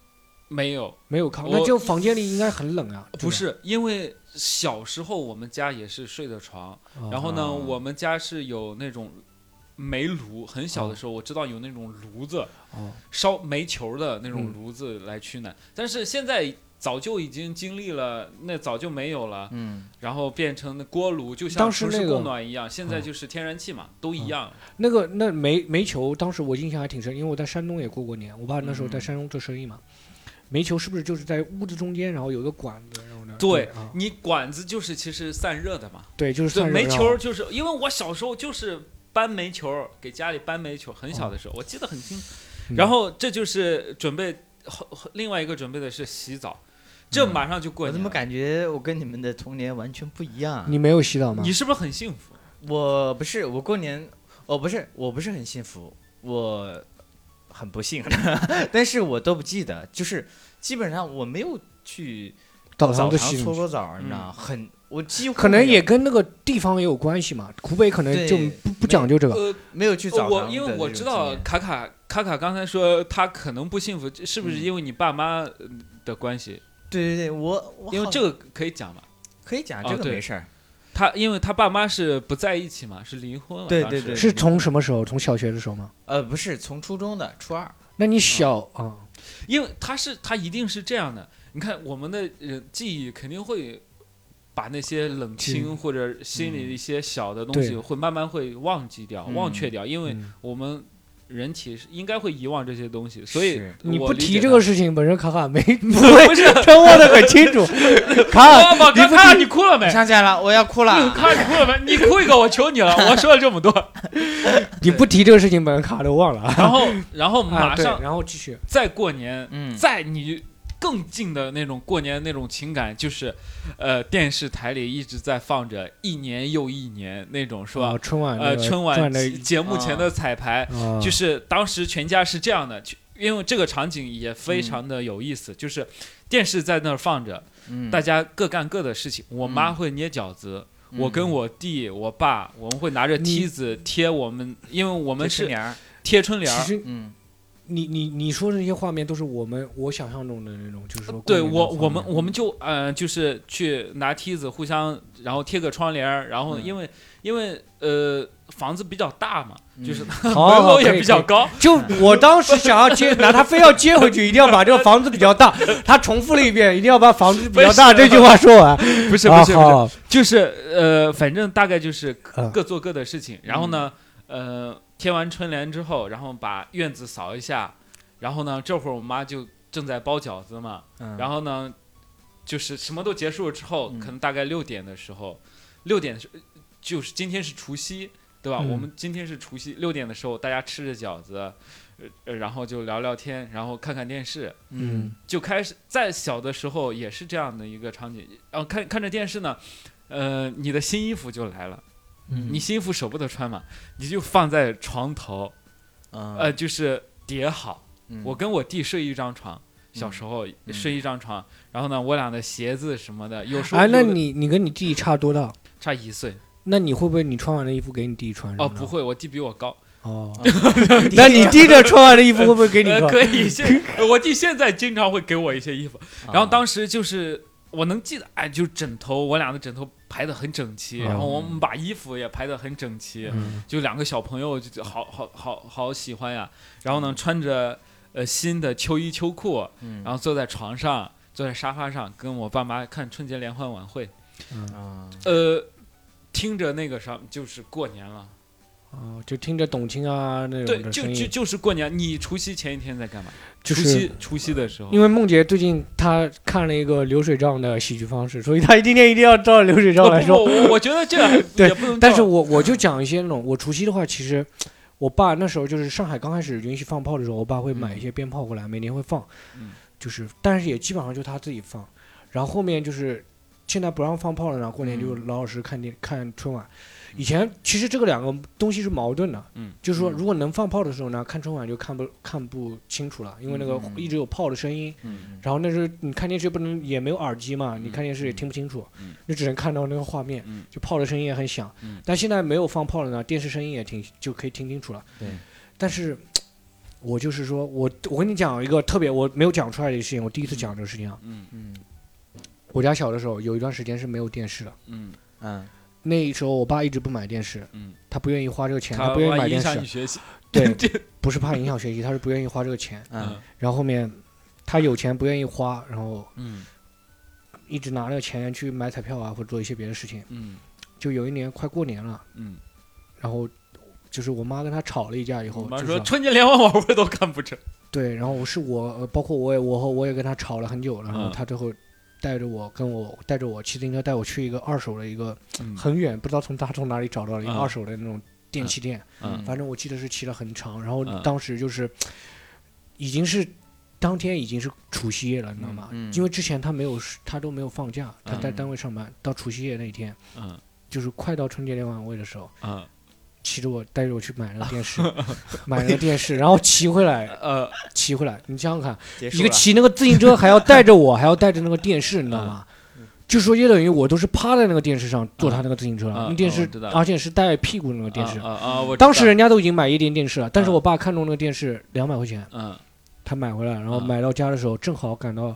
没有，没有炕，我那就房间里应该很冷啊。不是，因为小时候我们家也是睡的床，对吧，然后呢，哦我们家是有那种煤炉，很小的时候我知道有那种炉子，哦烧煤球的那种嗯炉子来取暖，但是现在早就已经经历了，那早就没有了，嗯，然后变成那锅炉，就像当时厨师那个嗯供暖一样，现在就是天然气嘛，都一样。那个那煤煤球，当时我印象还挺深，因为我在山东也过过年，我爸那时候在嗯山东做生意嘛。煤球是不是就是在屋子中间，然后有个管子，然后呢？对啊，你管子就是其实散热的嘛，对，就是对，散热啊煤然球后就是因为我小时候就是搬煤球，给家里搬煤球，很小的时候我记得很清楚。嗯然后这就是准备后后另外一个准备的是洗澡，这嗯马上就过我怎年么了，感觉我跟你们的童年完全不一样啊？你没有洗澡吗？你是不是很幸福？我不是，我过年，哦，不是，我不是很幸福，我很不幸， 但是我都不记得，就是基本上我没有去澡澡堂子堂洗搓过澡儿，你知道嗯吗，很，我几乎可能没有也跟那个地方也有关系嘛。湖北可能对就不不讲究这个。呃，没有去澡堂我的因为那我种知经道验卡卡卡卡刚才说他可能不幸福，这是不是嗯因为你爸妈呃的关系？对对对，我我因为好这个可以讲嘛。可以讲哦这个对没事儿，他因为他爸妈是不在一起嘛，是离婚了。对当对时对是从什么时候？从小学的时候吗？呃，不是从初中的初二，那你小啊，因为他是他一定是这样的。你看我们的人记忆肯定会把那些冷清或者心里的一些小的东西对会慢慢会忘记掉、嗯忘却掉，因为嗯我们人体是应该会遗忘这些东西，所以是你我不理提解这他个事情，本身卡卡 没不会掌握的很清楚。卡哇卡，宝你卡不卡，提你哭了没？想起来了，我要哭 了。卡，你哭了没？你哭一个，我求你了。我说了这么 多，你不提这个事情，本身卡卡都忘了啊。然后然后啊马对，上然后继续。再过年，嗯，在你更近的那种过年那种情感，就是，呃，电视台里一直在放着一年又一年那种，是吧啊？春晚那呃，个春转晚的节节目前的彩排，啊就是当时全家是这样的，去因为这个场景也非常的有意思，就是电视在那儿放着，嗯大家各干各的事情。我妈嗯会捏饺子，嗯我跟我弟、我爸，我们会拿着你梯子贴我们，因为我我们是年儿，贴春其联儿。实嗯你你你说的那些画面都是我们我想象中的那种，就是说对过年的我，画我们面我们就呃，就是去拿梯子互相，然后贴个窗帘儿，然后嗯因为、因为呃房子比较大嘛，就是嗯 好门好楼哦可也以比较可以 高，就我当时想要接，拿他非要接回去，一定要把这个房子比 较大。他重复了一遍，一定要把房子比较大不是这句话说完。 不是不啊是不是，好，就是呃，反正大概就是各嗯各做各的事情，然后呢，嗯呃，贴完春联之后，然后把院子扫一下，然后呢，这会儿我妈就正在包饺子嘛，嗯，然后呢，就是什么都结束了之后，嗯可能大概六点的时候，六点的时候就是今天是除夕，对吧？嗯我们今天是除夕，六点的时候大家吃着饺子，呃呃，然后就聊聊天，然后看看电视，嗯，就开始。在小的时候也是这样的一个场景，然后看看着电视呢，呃，你的新衣服就来了，嗯嗯你新衣服舍不得穿嘛，你就放在床头，呃，呃，就是叠好。嗯我跟我弟睡一张床，小时候嗯睡一张床，然后呢，我俩的鞋子什么 的，有时候哎，那有的你你跟你弟差多大？差一岁那你会不会你穿完的衣服给你弟穿哦，不会，我弟比我高， 哦，那你弟的穿完的衣服会不会给你呃，穿？可以现， 我弟现在经常会给我一些衣服，啊然啊后当时就是我能记得，哎，就枕头，我俩的枕头排得很整齐，哦然后我们把衣服也排得很整齐，嗯就两个小朋友就就好好好好喜欢呀，然嗯后呢，穿着呃新的秋衣秋裤，嗯，然后坐在床上，坐在沙发上跟我爸妈看春节联欢晚会。啊，呃，听着那个啥，就是过年了。哦，就听着董卿啊那对种，的就声就音，就是过年。你除夕前一天在干嘛？就除是夕除夕的时候，因为梦姐最近她看了一个流水账的喜剧方式，所以她今天一定要照流水呃账来说不。我我觉得这 样对也不能叫。但是我我就讲一些那种，我除夕的话，其实我爸那时候就是上海刚开始允许放炮的时候，我爸会买一些鞭炮过来，每年会放，嗯就是但是也基本上就他自己放，然后后面就是现在不让放炮了，然后过年就嗯老老实实看电看春晚。以前其实这个两个东西是矛盾的，嗯就是说嗯如果能放炮的时候呢，看春晚就看不看不清楚了，因为那个嗯一直有炮的声音，嗯然后那时候你看电视不能也没有耳机嘛，嗯你看电视也听不清楚，嗯你只能看到那个画面，嗯就炮的声音也很响。嗯但现在没有放炮了呢，电视声音也挺就可以听清楚了。对，但是我就是说我我跟你讲一个特别我没有讲出来的事情，我第一次讲这个事情啊。嗯嗯我家小的时候有一段时间是没有电视的，嗯嗯那时候我爸一直不买电视，嗯，他不愿意花这个钱，他他不愿意万买一影电响你视，学习。， 对这不是怕影响学习，他是不愿意花这个钱。嗯然后后面他有钱不愿意花，然后。嗯一直拿那个钱去买彩票啊，或者做一些别的事情。嗯就有一年快过年了，嗯，然后就是我妈跟他吵了一架以后我，妈就说是春节联欢晚会都干不成。对，然后我是我，呃包括我也我和我也跟他吵了很久了，然后嗯他最后带着我跟我带着我骑自行车带我去一个二手的一个嗯很远不知道从他从哪里找到了一个嗯二手的那种电器店，嗯反正我记得是骑了很长，然后嗯当时就是已经是。当天已经是除夕夜了，你知道吗？嗯嗯因为之前他没有，他都没有放假，他在嗯单位上班。到除夕夜那一天，嗯就是快到春节联欢晚会的时候，嗯骑着我带着我去买了个 电视，买了个电视，然后骑回来，呃骑回来。你想想看，结一个束了骑那个自行车还要带着我，还要带着那个电视，你嗯知道吗？就说也等于我都是趴在那个电视上坐他那个自行车嗯了，嗯那电我视知道而且是带屁股那个电视啊。啊啊！我知当时道人家都已经买夜店电视了，但是嗯我爸看中那个电视两百块钱，嗯他买回来，然后嗯买到家的时候正好赶到，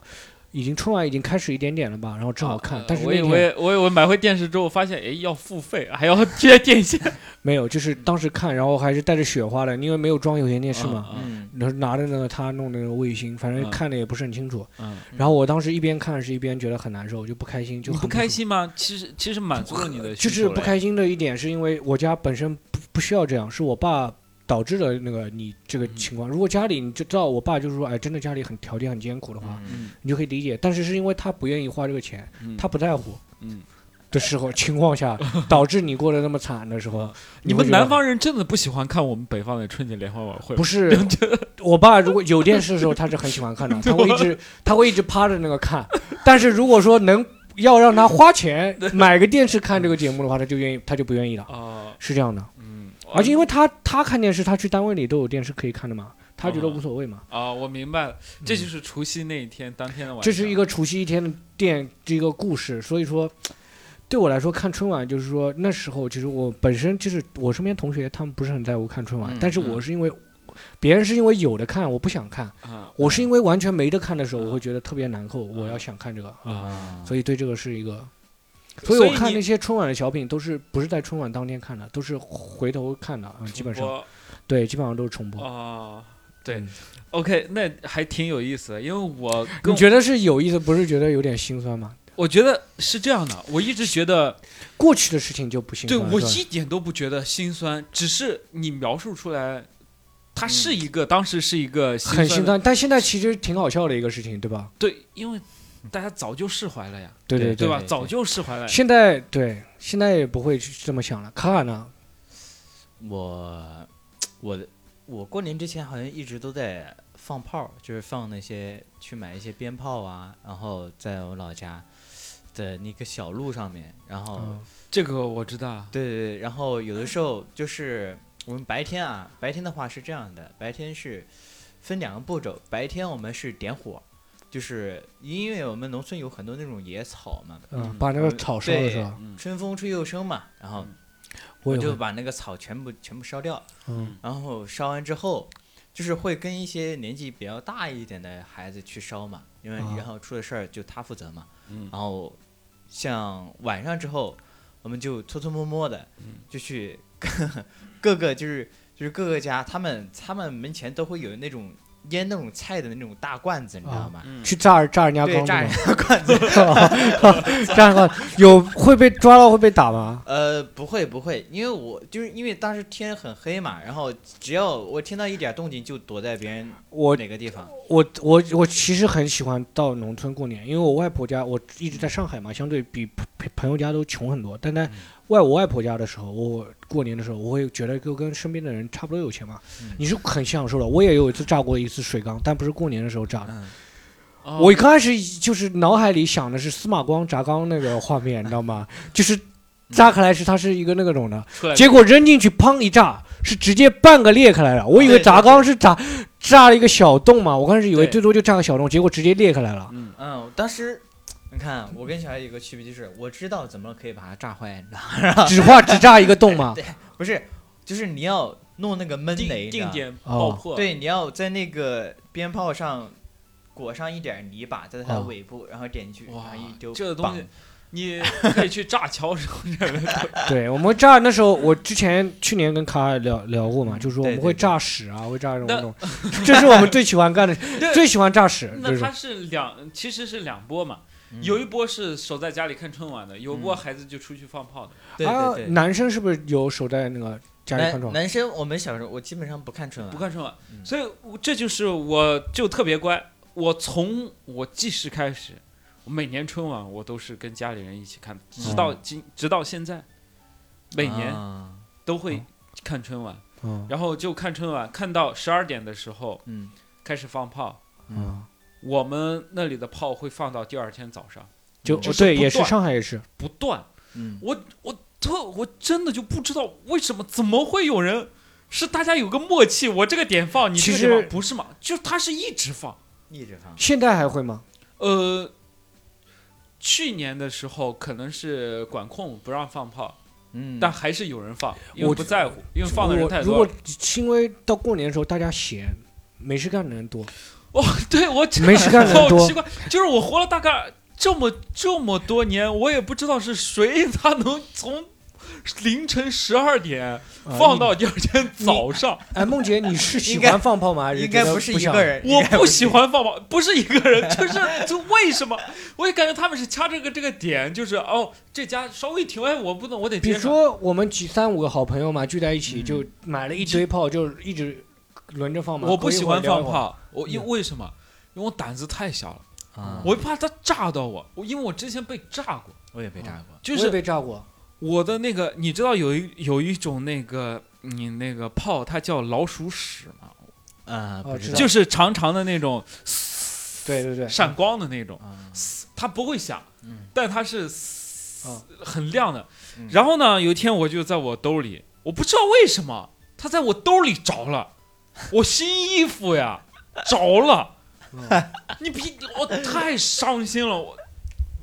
已经春晚已经开始一点点了吧，然后正好看啊。但是我那以天为我以为买回电视之后发现，哎，要付费，还要贴电 线。没有，嗯就是当时看，然后还是带着雪花的，因为没有装有线电视嘛。嗯嗯然后拿着那个他弄的那个卫星，反正看的也不是很清楚。啊嗯，然后我当时一边看是一边觉得很难受，就不开心，就你很不开舒服。心吗？其实其实满足了你的需就求是了不呀开心的一点是因为我家本身不不需要这样，是我爸导致了那个你嗯这个情况。如果家里你就知道，我爸就是说，哎，真的家里很条件很艰苦的话，嗯你就可以理解。但是是因为他不愿意花这个钱，嗯他不在乎嗯，的时候情况下，导致你过得那么惨的时嗯候，你会们觉得南方人真的不喜欢看我们北方的春节联欢晚 会吗？不是，我爸如果有电视的时候，他是很喜欢看的，他会一直他会一直趴着那个看。但是如果说能要让他花钱买个电视看这个节目的话，他就愿意，他就不愿意了，哦啊，是这样的。嗯，而且因为他他看电视，他去单位里都有电视可以看的嘛，他觉得啊无所谓嘛。哦啊，我明白了，这就是除夕那一天当天的晚上，这是一个个除夕一天的电这个故事，所以说。对我来说，看春晚就是说那时候，其实我本身就是我身边同学，他们不是很在乎看春晚，嗯但是嗯我是因为别人是因为有的看，我不想看，啊我是因为完全没得看的时候，我会觉得特别难受，我要想看这个，嗯啊所以对这个是一个，所所以以我看你那些春晚的小品都是不是在春晚当天看的，都是回头看的，嗯，基本上对，基本上都是重播。啊，对嗯，OK，那还挺有意思的，因为我跟你觉得是有意思，不是觉得有点心酸吗？我觉得是这样的，我一直觉得，过去的事情就不心对酸，我是吧一点都不觉得心酸，只是你描述出来，它是一个、当时是一个心很的心，酸，但现在其实挺好笑的一个事情，对吧？对，因为大家早就释怀了呀，对对对，吧？哎早就释怀了呀，现在对现在也不会去这么想了。啊卡卡呢？我我的我过年之前好像一直都在放炮，就是放那些去买一些鞭炮啊，然后在我老家的那个小路上面，然后、嗯这个我知道，对对对，然后有的时候就是我们白天啊，白天的话是这样的，白天是分两个步骤，白天我们是点火，就是因为我们农村有很多那种野草嘛，嗯，把那个草烧了对是吧？嗯春风吹又生嘛，然后嗯我我也就会，把那个草全部全部烧掉，嗯然后烧完之后，就是会跟一些年纪比较大一点的孩子去烧嘛，因为啊然后出了事儿就他负责嘛。嗯然后像晚上之后，我们就偷偷摸摸的就去各个就是就是各个家，他们他们门前都会有那种腌那种菜的那种大罐子，你知道吗？嗯去炸炸人家对，缸炸是人吧？家 罐 子，哦这样的话，有会被抓到会被打吗？呃，不会不会，因为我就是因为当时天很黑嘛，然后只要我听到一点动静就躲在别人我哪个地方。我我我其实很喜欢到农村过年，因为我外婆家我一直在上海嘛，相对比朋朋友家都穷很多。但在外我外婆家的时候，我过年的时候，我会觉得就跟身边的人差不多有钱嘛，你是很享受的。我也有一次炸过一次水缸，但不是过年的时候炸的。嗯哦我刚开始就是脑海里想的是司马光砸缸那个画面，你知道吗？就是炸开来是它是一个那个种的，出来结果扔进去，砰一炸，是直接半个裂开来了。我以为对对砸缸是炸炸了一个小洞嘛，我刚开始以为对最多就炸个小洞，结果直接裂开来了。嗯嗯，当时你看我跟小孩有个区别就是，我知道怎么可以把它炸坏，你知道吗？ 只画只炸一个洞嘛，不是，就是你要弄那个闷定雷，你知定道吗，点爆哦破，对，你要在那个鞭炮上裹上一点泥巴，在它的哦尾部，然后点进去，然哇后一丢，这个东绑西你可以去炸桥什么的，对我们炸那时候，我之前去年跟卡尔聊聊过嘛，嗯就是说我们对对会对炸屎啊，会炸这种东西，这是我们最喜欢干的，最喜欢炸屎，就 那是它是两，其实是两波嘛，嗯有一波是守在家里看春晚的，有一波嗯孩子就出去放炮的。对啊对，对。男生是不是有守在那个家里看男床？男生，我们小时候我基本上不看春晚，不看春晚，嗯所以我这就是我就特别乖。我从我记事开始，我每年春晚我都是跟家里人一起看的，直到今、直到现在，每年啊都会哦看春晚，嗯然后就看春晚，看到十二点的时候嗯开始放炮。嗯，嗯，我们那里的炮会放到第二天早上，就就是对，不也是断上海也是，不断。嗯，我我特我真的就不知道为什么怎么会有人是大家有个默契，我这个点放你这个其实点放不是嘛？就是他是一直放。一直放，现在还会吗？呃，去年的时候可能是管控不让放炮，嗯，但还是有人放，因为我不在乎，因为放的我人太如多果了。是因为到过年的时候大家闲，没事干的人多，哦，对我 真没事干的人好多奇，怪，就是我活了大概这么这么多年，我也不知道是谁他能从凌晨十二点啊放你到第二天早上，哎，梦姐，你是喜应该欢放炮吗？还是应觉该得不不啊是一想个。人，我 应该不是喜欢放炮，不是一个人，就是 就为什么？我也感觉他们是掐这个这个点，就是哦，这家稍微停，哎，我不能，我得比接如上。说我们几三五个好朋友嘛，聚在一嗯起就买了一堆炮，就一直轮着放嘛。我不隔一喜会儿欢聊一放会儿，炮，我因嗯为什么？因为我胆子太小了，啊，我怕他炸到我。我因为我之前被炸过，我也被炸过，就我也是被炸过。我的那个，你知道有一有一种那个你那个炮，它叫老鼠屎嘛，啊，哦不知知道，道就是长长的那种对对对，闪光的那种，啊，它不会响，嗯但它是哦很亮的嗯。然后呢，有一天我就在我兜里，我不知道为什么它在我兜里着了，我新衣服呀 着了，嗯你比我太伤心了，我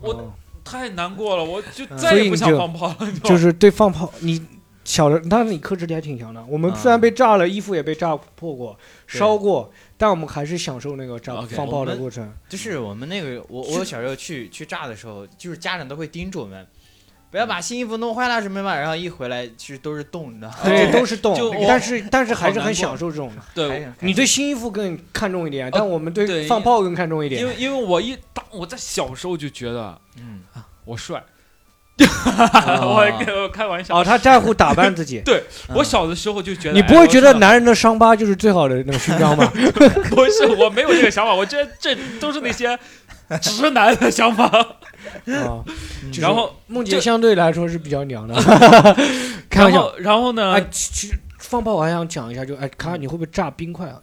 我哦太难过了，我就嗯再所以也不你想就放炮了，你知道吗就是对放炮，你小的，但是你克制力还挺强的。我们虽然被炸了，衣服也被炸破过、对烧过，但我们还是享受那个炸 OK，哦放炮的我们过程。就是我们那个，我我小时候去去炸的时候，就是家长都会叮嘱我们，不要把新衣服弄坏了什么嘛，然后一回来其实都是冻的，对，都是动就我，但是但是还是好难过很享受哦这种的。还对是很开心你对新衣服更看重一点，啊但我们哦对对放炮更看重一因点。为因为我一当我在小时候就觉啊得嗯， 我帅，啊 我我开玩笑，，哦，他在乎打扮自己 我小的时候就觉得你哎不会我觉得帅男人的伤疤就是最好的那个勋章吗？ 不是，我没有这个想法，我这这都是那些直男的想法。 啊，嗯 就是然后，梦这姐相对来说是比较 娘的，开然玩笑。后，然后哎呢？，其其实放炮我还想讲一下，就哎，看你会不会炸冰块啊？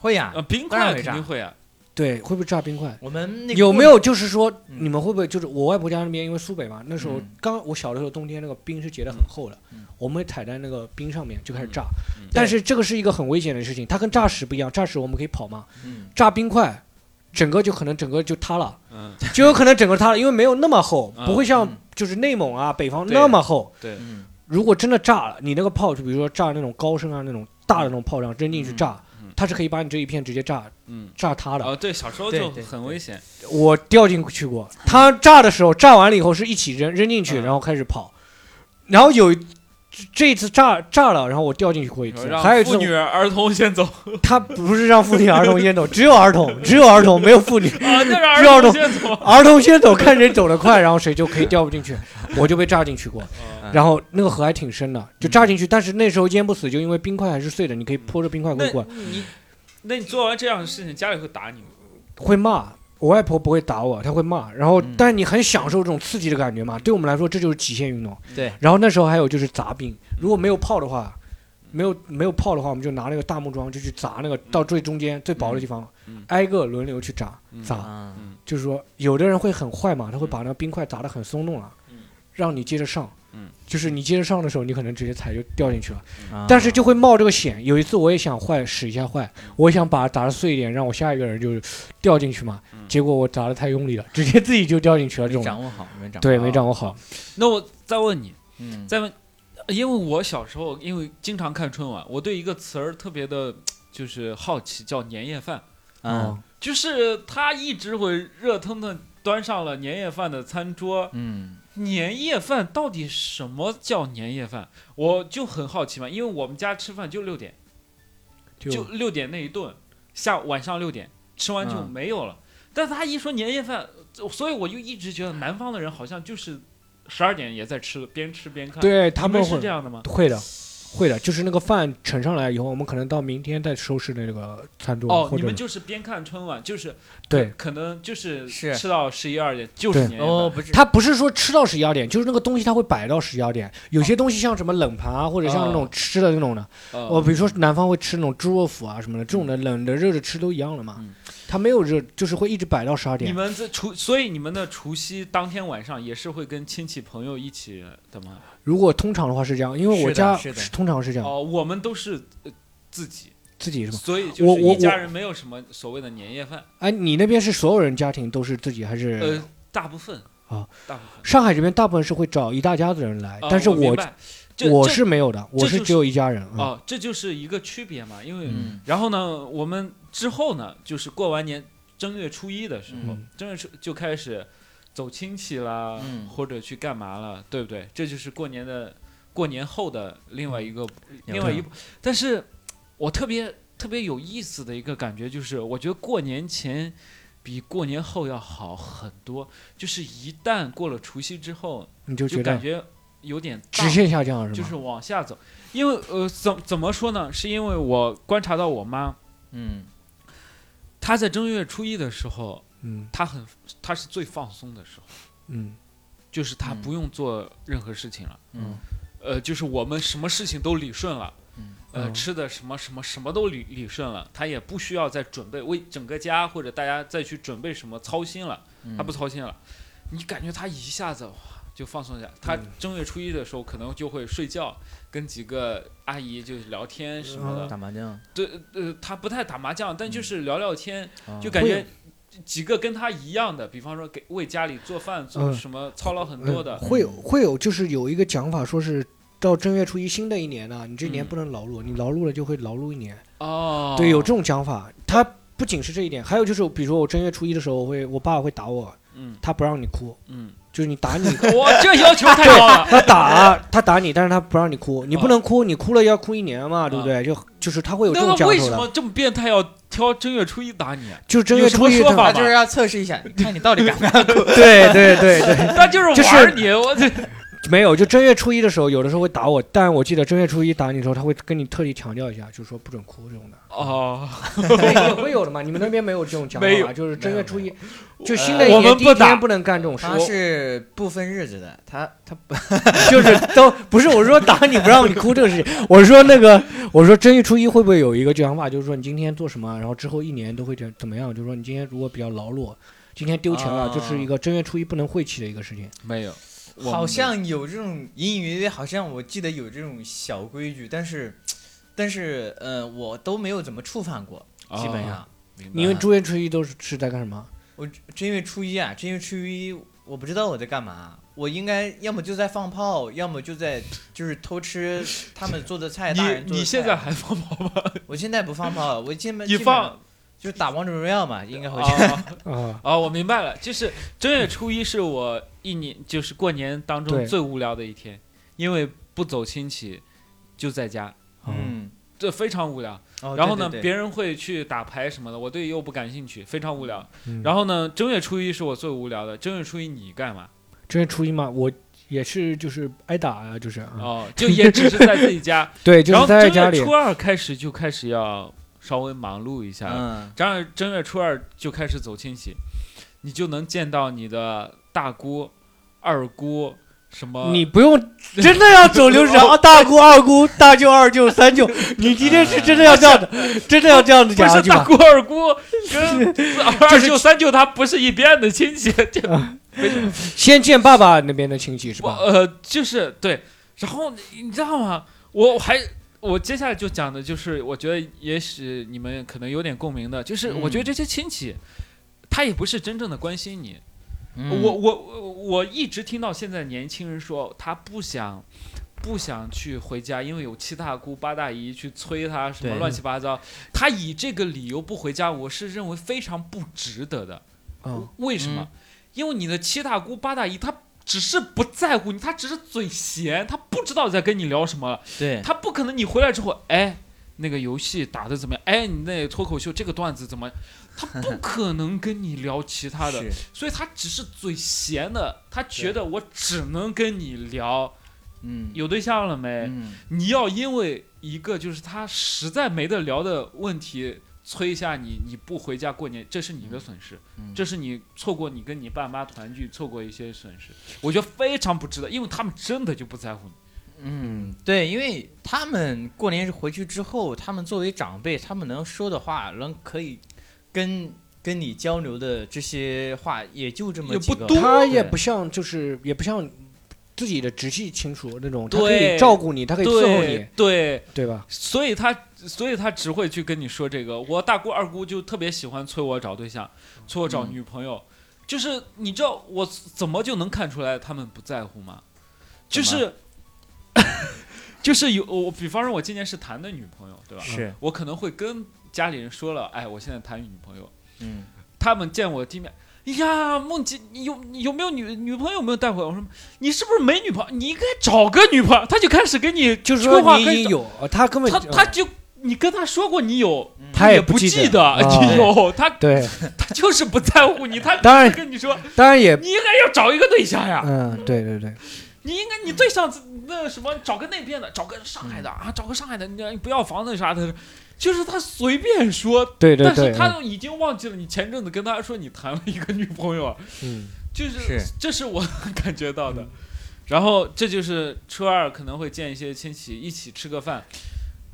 会呀呃，，冰当块然会肯定炸会啊，对，会不会炸冰块？我们那个有没有就是说，嗯你们会不会就是我外婆家那边，因为苏北嘛，那时候嗯刚我小的时候，冬天那个冰是结得很厚的嗯嗯，我们会踩在那个冰上面就开始炸嗯嗯。但是这个是一个很危险的事情，它跟炸屎不一样，炸屎我们可以跑嘛，嗯炸冰块，整个就可能整个就塌了，嗯，就有可能整个塌了，因为没有那么厚，嗯不会像嗯就是内蒙啊北方对那么厚。对，嗯如果真的炸了，你那个炮，就比如说炸那种高升啊那种大的那种炮仗扔进去炸嗯嗯，它是可以把你这一片直接炸嗯，炸塌 的。哦，对，小时候对就对很对危险，我掉进去过，它炸的时候炸完了以后是一起扔扔进去，嗯然后开始跑，然后有一这一次炸炸了，然后我掉进去过一次，让还有一妇次女儿童先走啊，他不是让妇女儿童先走，只有儿童，只有儿童没有妇女。那 让让儿儿童童先走。儿童先走，看谁走得快，然后谁就可以掉不 进去。我就被炸进去过，哦然后那个河还挺深的，就炸进去。但是那时候淹不死，就因为冰块还是碎的，你可以泼着冰块过那去过来。你，那你做完这样的事情，家里会打你吗？会骂我外婆不会打我，她会骂。然后嗯，但是你很享受这种刺激的感觉嘛？对我们来说，这就是极限运动。对。然后那时候还有就是砸冰，如果没有炮的话，没有没有炮的话，我们就拿那个大木桩就去砸那个到最中间最薄的地方嗯嗯，挨个轮流去砸砸。啊就是说有的人会很坏嗯嘛，他会把那个冰块砸得很松动了，啊嗯让你接着上。嗯就是你接着上的时候，你可能直接踩就掉进去了，啊但是就会冒这个险。有一次我也想坏使一下坏，嗯我想把它砸得碎一点，让我下一个人就掉进去嘛。嗯结果我砸得太用力了， 直接自己就掉进去了。这没种掌握啊好，没掌握对没好，掌握好，那我再问你，嗯，再问，因为我小时候因为经常看春晚，我对一个词儿特别的，就是好奇，叫年夜饭。哦啊嗯就是他一直会热腾腾端上了年夜饭的餐桌。嗯年夜饭到底什么叫年夜饭？我就很好奇嘛，因为我们家吃饭就六点，就就六点那一顿，下晚上六点吃完就嗯没有了。但他一说年夜饭，所以我就一直觉得南方的人好像就是十二点也在吃，边吃边看。，对他们是会这样的吗？会的。会的，就是那个饭盛上来以后，我们可能到明天再收拾那个餐桌，哦，或你者们就是边看春晚，就是对，可能就是是吃到十一二点，就是对年夜饭。哦，不是，它不是说吃到十一二点，就是那个东西它会摆到十一二点。有些东西像什么冷盘啊，或者像那种吃的那种的，哦我、比如说南方会吃那种猪肉脯啊什么的，这种的冷的热的吃都一样的嘛。嗯它没有热，就是会一直摆到十二你点。们这除所以你们的除夕当天晚上也是会跟亲戚朋友一起的吗？如果通常的话是这样，因为我是的家是的通常是这样，哦，我们都是、呃、自己，自己是吗？所以就我是我一家人没有什么所谓的年夜饭，哎，你那边是所有人家庭都是自己还是？呃，大部分嗯啊，大部分。上海这边大部分是会找一大家子人来，啊但是我明我白这我这是没有的，我就是只有一家人。嗯哦，这就是一个区别嘛，因为、嗯然后呢，我们之后呢，就是过完年正月初一的时候，嗯正月初就开始走亲戚啦，嗯或者去干嘛了，对不对？这就是过年的过年后的另外一个、嗯另外一步。但是我特别特别有意思的一个感觉就是，我觉得过年前比过年后要好很多，就是一旦过了除夕之后，你就就觉感得觉有点荡直线下降是就吗？是往下走。因为呃，怎怎么说呢？是因为我观察到我妈，嗯她在正月初一的时候，嗯她很她是最放松的时候，嗯就是她嗯不用做任何事情了。嗯呃，就是我们什么事情都理顺了，嗯呃，嗯吃的什么什么什么都理理顺了，她也不需要再准备为整个家或者大家再去准备什么操心了，嗯，她不操心了。你感觉她一下子哇就放松下，她嗯正月初一的时候可能就会睡觉，跟几个阿姨就聊天什么嗯的。打麻将，对，呃，他不太打麻将，但就是聊聊天，啊就感觉会几个跟他一样的，比方说给为家里做饭，做嗯什么操劳很多的，呃会有会有，就是有一个讲法，说是到正月初一新的一年呢、你这年不能劳碌，你劳碌了就会劳碌一年。嗯哦，对，有这种讲法。他不仅是这一点，还有就是，比如说我正月初一的时候，我会我爸会打我，嗯他不让你哭，嗯，就是 你打你，哇，这要求太高了，哦他打他打你，但是他不让你哭，你不能哭，你哭了要哭一年嘛，对不对？就就是他 会有这那种他讲为究什的，么这么变态要挑正月初一打 你啊？就是正月初有一什么说法他吧就是要测试一下，你看你到底敢不敢。对对对对， 他就是就是玩儿你，我这没有，就正月初一的时候，有的时候会打我，但我记得正月初一打你的时候，他会跟你特地强调一下，就是说不准哭这种的。哦， 对，也会有的嘛。你们那边没有这种讲没法有吗？就是正没月有初没一，就新的呃一我们年第不一打天不能干这种事。他我啊是不分日子的，他他不 就是都不是我说打你不让你哭这个事情，我是说那个我说正月初一会不会有一个讲法，就是说你今天做什么，然后之后一年都会这样怎么样？就是说你今天如果比较劳碌，今天丢钱了，就是一个正月初一不能晦气的一个事情。没有，我好们像有这种隐隐约约，好像我记得有这种小规矩，但是，但是，呃，我都没有怎么触犯过，哦基本上。明白你啊们正月初一都是是在干什么？我正月初一啊，正月初一，我不知道我在干嘛，我应该要么就在放炮，要么就在就是偷吃他们做的菜，大人 你做的你现菜在还 放炮吗？我现在不放炮，我基 本你基本放就是打王者荣耀嘛，应该会这样。哦啊，哦，我明白了，就是正月初一是我一年就是过年当中对最无聊的一天，因为不走亲戚，就在家，哦嗯，这非常无聊。哦然后呢，对对对别人会去打牌什么的，我对又不感兴趣，非常无聊。嗯然后呢，正月初一是我最无聊的。正月初一你干嘛？正月初一嘛，我也是就是挨打啊，就是啊，哦，就也只是在自己 家。对，就然是后在正家里月初。二开始就开始要稍微忙碌一下了。嗯，正儿正月初二就开始走亲戚，你就能见到你的大姑、二姑什么。你不用真的要走流程啊！大姑、二姑、大舅、二舅、三舅，你今天是真的要这样的，真的要这样子不讲是下去大吗？姑、二姑跟二舅、三舅，他不是一边的亲戚， 就先见爸爸那边的亲戚是我吧？呃，就是对。然后你你知道吗？我还我接下来就讲的就是，我觉得也许你们可能有点共鸣的，就是我觉得嗯这些亲戚，他也不是真正的关心你，嗯我我我我一直听到现在年轻人说他不想不想去回家，因为有七大姑八大姨去催他什么对乱七八糟，他以这个理由不回家，我是认为非常不值得的。嗯，为什么？因为你的七大姑八大姨他。只是不在乎你，他只是嘴闲，他不知道在跟你聊什么了，对他不可能你回来之后，哎，那个游戏打的怎么样？哎，你那脱口秀这个段子怎么样？他不可能跟你聊其他的，是所以他只是嘴闲的，他觉得我只能跟你聊嗯有对象了没，嗯你要因为一个就是他实在没得聊的问题催一下你，你不回家过年，这是你的损失，嗯这是你错过你跟你爸妈团聚，错过一些损失，我觉得非常不值得，因为他们真的就不在乎你。嗯，对，因为他们过年回去之后，他们作为长辈，他们能说的话，能可以跟跟你交流的这些话，也就这么也几不个。多他也不像就是也不像自己的直系亲属那种，他可对以照顾你，他可以伺候你对，对，对吧？所以他，所以他只会去跟你说这个。我大姑二姑就特别喜欢催我找对象，催我嗯找女朋友，就是你知道我怎么就能看出来他们不在乎吗？就怎么是， 就是有我，比方说我今年是谈的女朋友，对吧？是，我可能会跟家里人说了，哎，我现在谈女朋友，嗯，他们见我第一面，哎呀，梦姐，你有你有没有女女朋友？有没有带回来？”我说：“你是不是没女朋友？你应该找个女朋友。”他就开始跟你就是规说划你已跟经有，呃他根本他就他就你跟他说过你有，他也也不记记得你啊有，他对，他就是不在乎你，他 当然跟你说当然也你应该要找一个对象呀，嗯，对对对，你应该你对象那什么找个那边的，找个上海的啊，找个上海的，你你不要房子啥的，就是他随便说。对对但对，嗯是他已经忘记了你前阵子跟他说你谈了一个女朋友，嗯就是是这是我感觉到的。然后这就是初二可能会见一些亲戚一起吃个饭，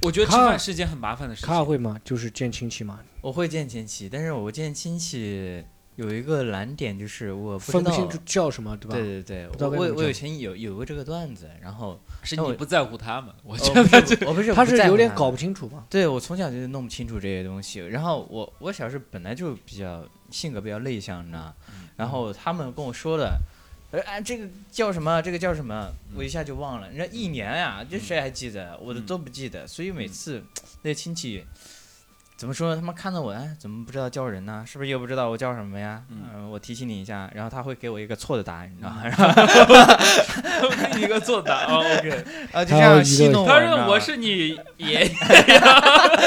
我觉得吃卡饭是一件很麻烦的事卡尔情。会吗？就是见亲戚嘛，我会见亲戚，但是我见亲戚有一个难点，就是我不知分不道。清楚叫什么，对吧？对对对，知我道该怎我么我叫以前有有过这个段子，然后 是那你我不在乎他们，我我觉不得是我不是他不是在有乎点他搞们不清楚嘛。对我从小就弄不清楚这些东西，然后我我小时候本来就比较性格比较内向，你知道吗，嗯然后他们跟我说的，呃，哎，这个叫什么，这个叫什么，我一下就忘了。人家一年呀、这谁还记得？我都嗯都不记得。所以每次那亲戚怎么说呢？他们看到我，哎，怎么不知道叫人呢？是不是又不知道我叫什么呀？嗯嗯，我提醒你一下，然后他会给我一个错的答案，你知道 吗？一个作答啊，OK。然后就这样戏弄我。他你知道说吗我是你爷爷，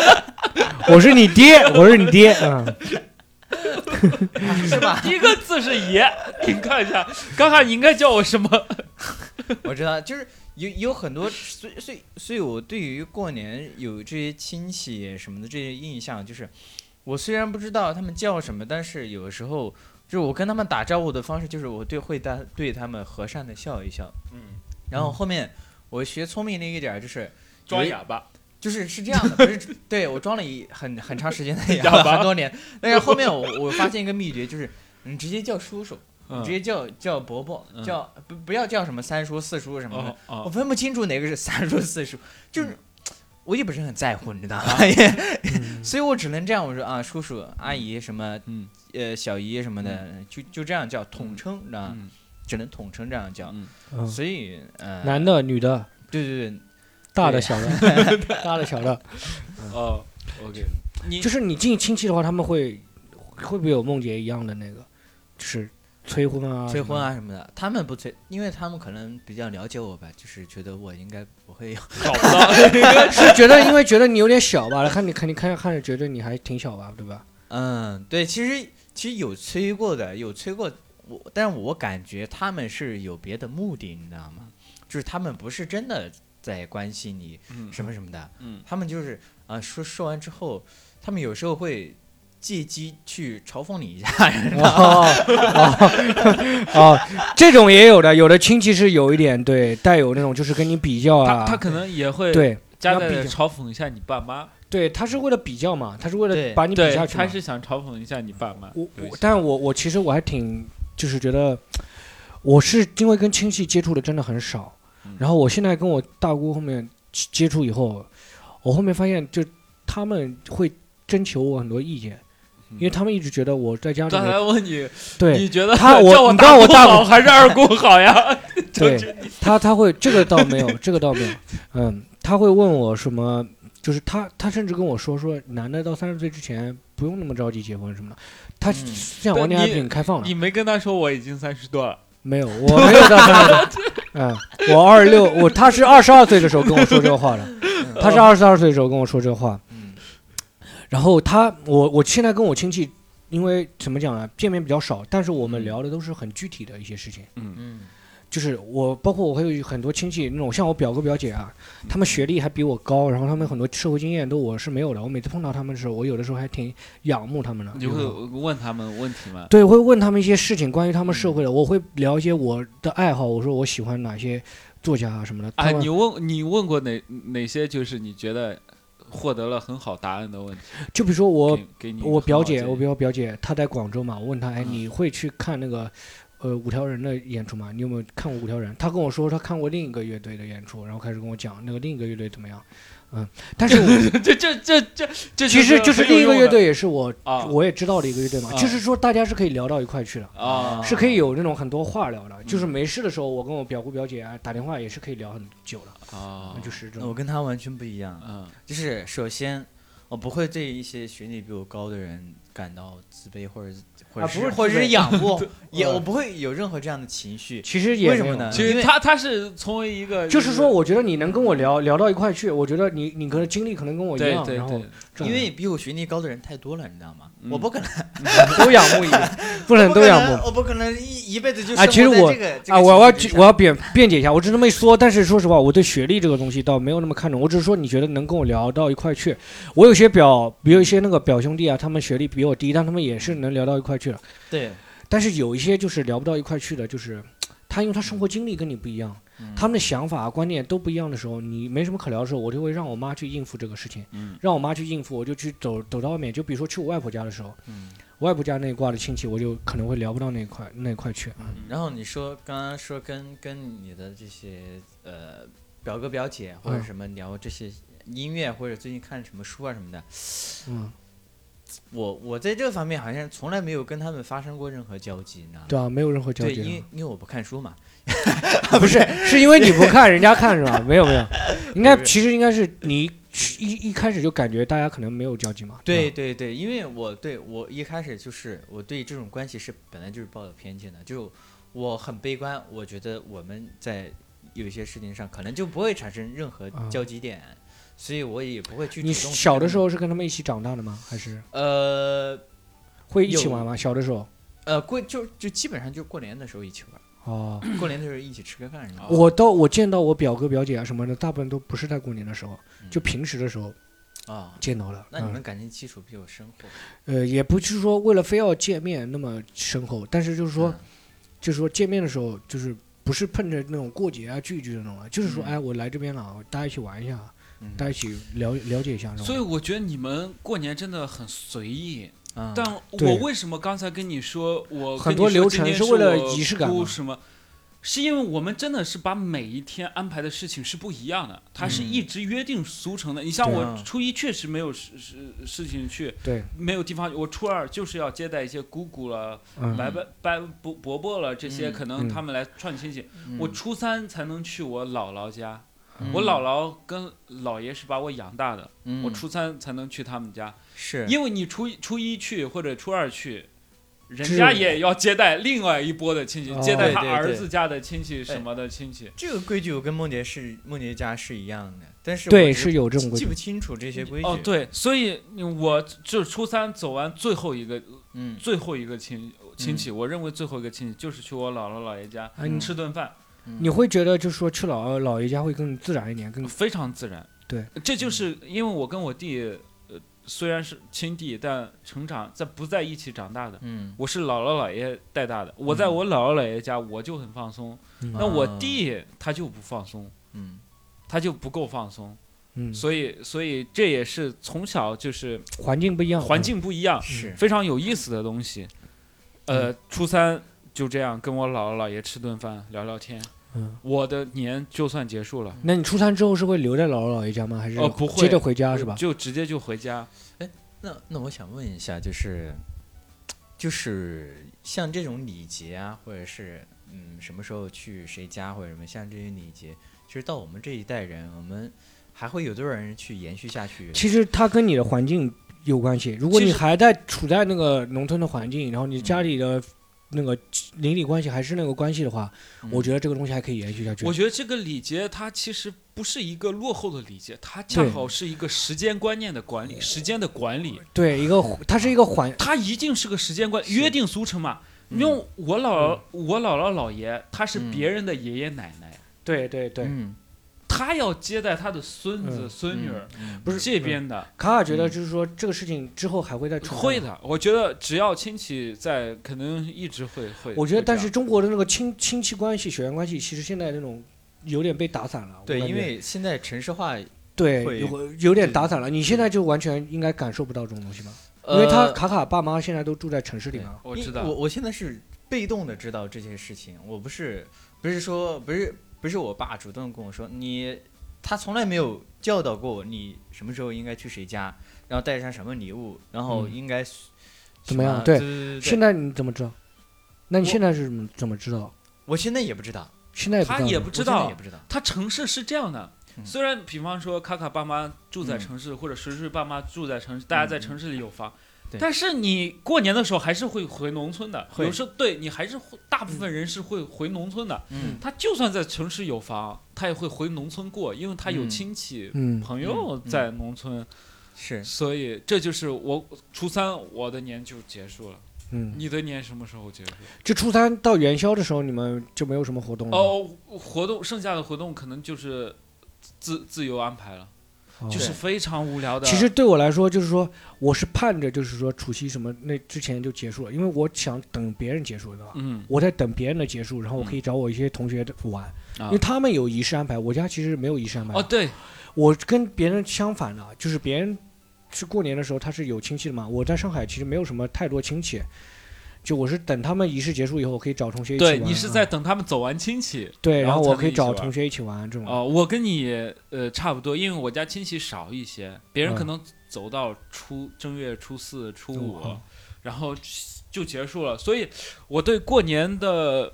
我是你爹，我是你爹，嗯，是吧？第一个字是爷，你看一下，看看你应该叫我什么？我知道，就是有有很多，所以所以所以我对于过年有这些亲戚什么的这些印象，就是我虽然不知道他们叫什么，但是有时候就是我跟他们打招呼的方式，就是我对会大对他们和善的笑一笑，嗯，然后后面我学聪明那一点儿就是。装哑巴，就是是这样的，不 是对我装了一很很长时间的哑哑巴巴，很多年。但是后面我我发现一个秘诀，就是你直接叫叔叔，你直接叫叫伯伯，嗯叫不不要叫什么三叔四叔什么的，哦我哦，分不清楚哪个是三叔四叔，就是我也不是很在乎，你知道吗？ 所以我只能这样，我说啊，叔叔、阿姨什么，嗯呃，小姨什么的，就就这样叫统称，你知道吗？嗯只能统称这样叫。嗯，嗯所以，呃， 男的、女的、对对对，大的、对小的， 大的、小的，哦，OK，你就是你进亲戚的话，他们会会不会有梦姐一样的那个，就是催婚啊？催婚？啊什么的，他们不催，因为他们可能比较了解我吧，就是觉得我应该不会有。找不到， 是觉得因为觉得你有点小吧，看你看你看看着觉得你还挺小吧，对吧？嗯，对，其实其实有催过的，有催过我，但是我感觉他们是有别的目的，你知道吗？就是他们不是真的在关心你嗯什么什么的，嗯他们就是啊、说说完之后，他们有时候会借机去嘲讽你一下，哦哦哦， 这种也有的，有的亲戚是有一点对带有那种就是跟你比较他啊，他可能也会对夹带要比着较嘲讽一下你爸妈，对，他是为了比较嘛，他是为对了把你比对下，去嘛。他是想嘲讽一下你爸妈，我有一我些，但我我其实我还挺就是觉得，我是因为跟亲戚接触的真的很少，嗯然后我现在跟我大姑后面接接触以后，我后面发现就他们会征求我很多意见，因为他们一直觉得我在家里刚面才问你，对嗯你觉得他我叫我你知道我大姑姑好还是二姑好呀？就对就他他会这个倒没有，这个倒没有，嗯，他会问我什么，就是他他甚至跟我说说，男的到三十岁之前不用那么着急结婚什么的，他嗯思想观念还但你挺开放的你。没跟他说我已经三十多了，没有，我没有到三十岁，嗯，我二十六，我他是二十二岁的时候跟我说这个话的，他是二十二岁的时候跟我说这个话，嗯然后他我我现在跟我亲戚。因为怎么讲啊，见面比较少，但是我们嗯聊的都是很具体的一些事情。 嗯就是我，包括我还有很多亲戚那种，像我表哥表姐啊，他们学历还比我高，然后他们很多社会经验都我是没有的。我每次碰到他们的时候，我有的时候还挺仰慕他们的。你会问他们问题吗？对，会问他们一些事情，关于他们社会的，我会聊一些我的爱好，我说我喜欢哪些作家啊什么的。啊，他们你问你问过哪哪些就是你觉得获得了很好答案的问题？就比如说我给给你一个我很好表建姐，议嗯我比我表姐，她在广州嘛，我问她，哎，你会去看那个呃五条人的演出吗？你有没有看过五条人？她跟我说她看过另一个乐队的演出，然后开始跟我讲那个另一个乐队怎么样。嗯，但是我 这这这这这其实就是很另一有个用乐的队也是我啊我也知道的一个乐队嘛，啊就是说大家是可以聊到一块去的。啊，是可以有那种很多话聊的，就是没事的时候，我跟我表姑表姐啊打电话也是可以聊很久的，啊，就是这嗯，我种。跟他完全不一样，嗯就是首先我不会对一些学历比我高的人感到自卑或者或啊者不是是或者自是卑仰慕，也嗯我不会有任何这样的情绪。其实也为什么没有啊呢其因实为他他是从一个就是说，我觉得你能跟我聊聊到一块去，我觉得你你可能经历可能跟我一对样，对然后对，这因样为比我学历高的人太多了，你知道吗？我嗯不可能，都仰慕一点，不能不 都可仰能慕我不可能一一辈子就啊生其实活在我这个这个啊！我要情绪去之我下要辩辩解一下，我只是这么一说，但是说实话，我对学历这个东西倒没有那么看重，我只是说你觉得能跟我聊到一块去。我有些表，有一些那个表兄弟啊，他们学历比我低，但他们也是能聊到一块去的。对但是有一些就是聊不到一块去的，就是他因为他生活经历跟你不一样，嗯他们的想法啊观念都不一样的时候，你没什么可聊的时候，我就会让我妈去应付这个事情，嗯让我妈去应付，我就去走走到外面，就比如说去我外婆家的时候，嗯我外婆家那一挂的亲戚，我就可能会聊不到那一块那一块去啊。然后你说刚刚说跟跟你的这些呃表哥表姐或者嗯什么聊这些音乐或者最近看什么书啊什么的，嗯，我我在这方面好像从来没有跟他们发生过任何交集，你知道吗？对啊，没有任何交对，集因为啊。因为我不看书嘛， 不是，是因为你不看，人家看是吧？没有没有， 应该其实应该是你去一一开始就感觉大家可能没有交集嘛。对吧，对对，因为我对我一开始就是我对这种关系是本来就是抱有偏见的，就我很悲观，我觉得我们在有一些事情上可能就不会产生任何啊交集点，所以我也不会去主你动去小的跟时候是跟他们一起长大的吗？还是呃会一起有玩吗？小的时候呃过就就基本上就过年的时候一起玩儿，哦。过年的时候一起吃个饭什么的。我到我见到我表哥表姐啊什么的，大部分都不是在过年的时候，就嗯平时的时候啊，见到了。那嗯你们感情基础比我深厚。呃，也不是说为了非要见面那么深厚，但是就是说，嗯就是说见面的时候，就是不是碰着那种过节啊聚一聚的那种啊，就是说，嗯哎，我来这边了，大家一起玩一下，嗯大家一起了了解一下。所以我觉得你们过年真的很随意。嗯但我啊对为什么刚才跟你说我很多流程是是为了仪式感嘛什么？是因为我们真的是把每一天安排的事情是不一样的，它是嗯一直约定俗成的。你像对我啊初一确实没有事事事情去，对，没有地方去，我初二就是要接待一些姑姑了、嗯，伯伯、伯伯伯伯了这些，嗯可能嗯他们来串亲戚。嗯我初三才能去我姥姥家，嗯我姥姥跟姥爷是把我养大的，嗯我初三才能去他们家。是因为你初一初一去或者初二去，人只家有也要接待另外一波的亲戚，哦接待对他对儿对子家的亲戚什么的亲戚。这个规矩，我跟梦洁是梦洁家是一样的，但是对，我是有这种规记矩不。清楚这些规矩。哦，，对，所以我就是初三走完最后一个嗯，最后一个亲亲戚，我认为最后一个亲戚就是去我姥姥姥爷家嗯哎，你吃顿饭，你会觉得就是说去姥姥姥爷家会更自然一点，嗯更非常自然。对，这就是因为我跟我弟，呃，虽然是亲弟，但成长在不在一起长大的。嗯，我是姥姥姥爷带大的，我在嗯我姥姥姥爷家我就很放松，嗯那我啊弟他就不放松，嗯，他就不够放松，嗯，所以所以这也是从小就是环境不一样，环境不一样，是非常有意思的东西。嗯呃，初三就这样跟我姥姥姥爷吃顿饭，聊聊天。嗯。我的年就算结束了，那你初三之嗯后是会留在姥姥姥爷家吗？还是呃不会接着回家是吧？就直接就回家。那那我想问一下，就是就是像这种礼节啊，或者是嗯什么时候去谁家或者什么，像这些礼节，其实到我们这一代人，我们还会有多少人去延续下去？其实它跟你的环境有关系。如果其你实还在处在那个农村的环境，然后你家里的那个邻里关系还是那个关系的话，我觉得得这个东西还可以延续下去。我觉得这个礼节它其实不是一个落后的礼节，它恰好是一个时间观念的管理，时间的管理，对一个它是一个环，它一定是个时间观是约定俗成嘛。嗯因为我姥姥、我姥姥姥爷他是别人的爷爷奶奶，对对对。嗯他要接待他的孙子、嗯孙女儿嗯，嗯不是这边的、卡卡觉得就是说这个事情之后还会再出会。的。我觉得只要亲戚在，可能一直会会。我觉会这得，但样是中国的那个亲亲戚关系、血缘关系，其实现在那种有点被打散了。我对，感因觉为现在城市化，对会有有点对打散了。你现在就完全应该感受不到这种东西嘛，因为他呃卡卡爸妈现在都住在城市里嘛。我因知道我我现在是被动的知道这些事情，我不是不是说不是不是我爸主动跟我说，你他从来没有教导过我，你什么时候应该去谁家，然后带上什么礼物，然后嗯应该、怎么样什对对对对现对，在你怎么知道？那你我现在是怎么怎么知道？我现在也不知道，现在也不知他道也的不知我现在道也，不知道，他城市是这样的。嗯虽然比方说卡卡爸妈住在嗯城市，或者水水爸妈住在城市，大家在嗯城市里有房，对但是你过年的时候还是会回农村的，会有时候对你还是会，大部分人是会回农村的。嗯，他就算在城市有房，他也会回农村过，因为他有嗯亲戚、嗯朋友在农村，是所以这就是我初三我的年就结束了。嗯，你的年什么时候结束？就初三到元宵的时候，你们就没有什么活动了。哦，活动剩下的活动可能就是自自由安排了，哦，就是非常无聊的。其实对我来说，就是说我是盼着，就是说除夕什么那之前就结束了，因为我想等别人结束的嘛。嗯，我在等别人的结束，然后我可以找我一些同学的玩，啊因为他们有仪式安排，我家其实没有仪式安排。哦，对，我跟别人相反的，就是别人是过年的时候他是有亲戚的嘛，我在上海其实没有什么太多亲戚，就我是等他们仪式结束以后，我可以找同学一起玩对啊。你是在等他们走完亲戚对，然然后后才我能可以一起找玩同学一起玩这种。哦，我跟你呃差不多，因为我家亲戚少一些，别人可嗯能走到初正月初四、初五，哦然后就结束了。所以我对过年的，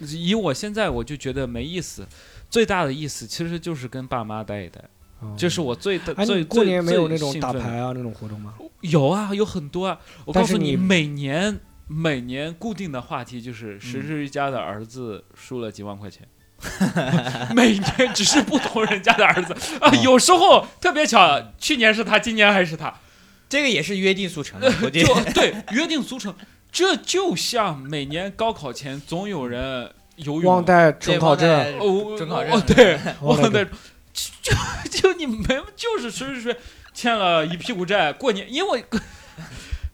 以我现在我就觉得没意思。最大的意思其实就是跟爸妈待一待，哦这是我最大、哎，最你过年没有那最种兴打奋的牌啊那种活动吗？有啊，有很多啊。我但告诉是你，你每年每年固定的话题就是嗯石之瑜家的儿子输了几万块钱。 每年只是不同人家的儿子哦啊，有时候特别巧，去年是他，今年还是他，这个也是约定俗成嗯的，我觉 就 得对约定俗成。这就像每年高考前总有人游泳忘带准 考证，哦，准考哦证对，我忘带很在，就就你们就是谁谁谁欠了一屁股债，过年因为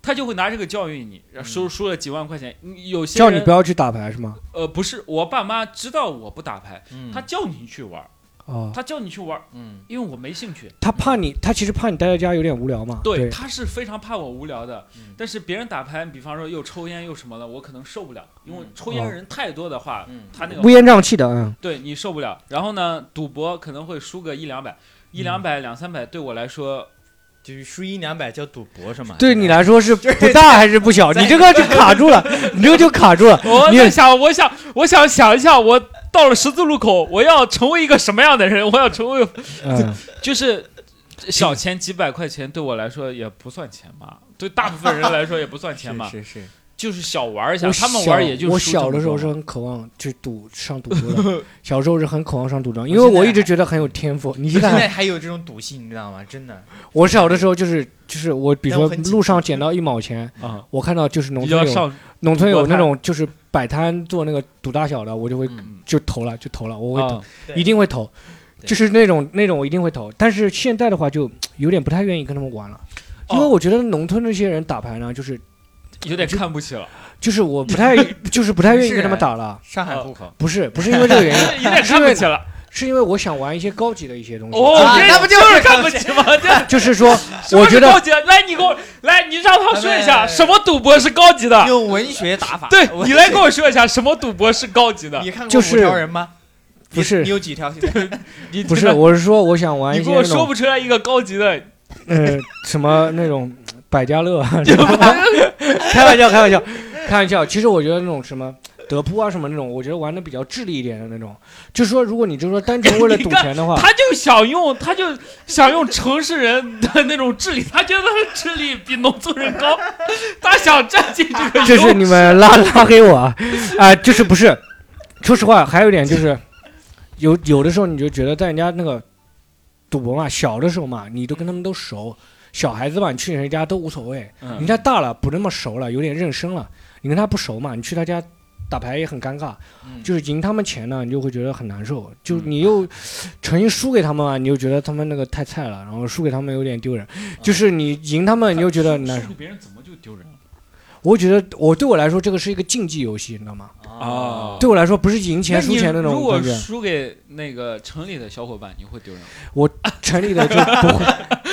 他就会拿这个教育你，然后输输了几万块钱，你有些嗯叫你人不要去打牌是吗？呃不是，我爸妈知道我不打牌，嗯他叫你去玩儿，哦，他叫你去玩儿，嗯因为我没兴趣。他怕你，他其实怕你待在家有点无聊嘛。对，对，他是非常怕我无聊的嗯，但是别人打牌，比方说又抽烟又什么的，我可能受不了，因为嗯抽烟哦人太多的话，嗯，他那个乌烟瘴气的，嗯，对你受不了。然后呢，赌博可能会输个一两嗯百，一两百、两三百对我来说，就是输一两百叫赌博是吗？对你来 说是就是不大还是不小？在你这个就卡住了，你这个就卡住了。 我你在想，我想，我想想一下，我到了十字路口，我要成为一个什么样的人？我要成为嗯， 就是小钱几百块钱对我来说也不算钱嘛，对大部分人来说也不算钱嘛，是是是， 就是小玩一下，我他们小玩也就我输这小的么时候多是嘛很渴望去赌上赌桌 的，小时候是很渴望上赌桌的，因为我一直觉得很有天赋。你我现现在在，还有这种赌性，你知道吗？真的，我小的时候就是就是我，比如但我说很路上捡到一毛钱，啊，我看到就是农比较村有上农村有赌博那摊种就是摆摊做那个赌大小的，我就会嗯就投了就投了，我会投。啊，对一定会投，对就是那种那种我一定会投。但是现在的话就有点不太愿意跟他们玩了，哦因为我觉得农村那些人打牌呢，就是有点看不起 了，就是我 不太就是不太愿意跟他们打了。上海哦户口。不是不是因为这个原 因，有点看不起了。是因为我想玩一些高级的一些东西。哦，啊这那不就就是看不起 吗？这，就是说什我么是觉得高级的？来，你给我来，你让他说一哎下什么赌博是高级 的？用文学打法，对我你来跟我说一下什么赌博是高级的？你看过就五是条人吗？不是你你有几条？现在你不是，我是说我想玩你一些给我那说种不出来一个高级的，呃什么那种百家乐 啊， 什么开玩笑开玩笑开玩笑。其实我觉得那种什么。德扑啊什么那种，我觉得玩的比较智力一点的那种，就说如果你就说单纯为了赌你看钱的话，他就想用，他就想用城市人的那种智力，他觉得他的智力比农村人高， 他想占尽这个这优啊是势。你们拉拉黑我啊！啊、就是不是？说实话，还有一点就是，有有的时候你就觉得在人家那个赌博嘛，小的时候嘛，你都跟他们都熟，小孩子嘛，你去人家都无所谓。嗯人家大了不那么熟了，有点认生了，你跟他不熟嘛，你去他家打牌也很尴尬。就是赢他们钱呢，你就会觉得很难受，就你又诚心输给他们嘛，你又觉得他们那个太菜了，然后输给他们有点丢人。就是你赢他们，你又觉得难输。受给别人怎么就丢人了？我觉得我对我来说，这个是一个竞技游戏，你知道吗？哦啊对我来说，不是赢钱输钱的那如种果感觉。输给那个城里的小伙伴，你会丢人吗？ 城里的就不会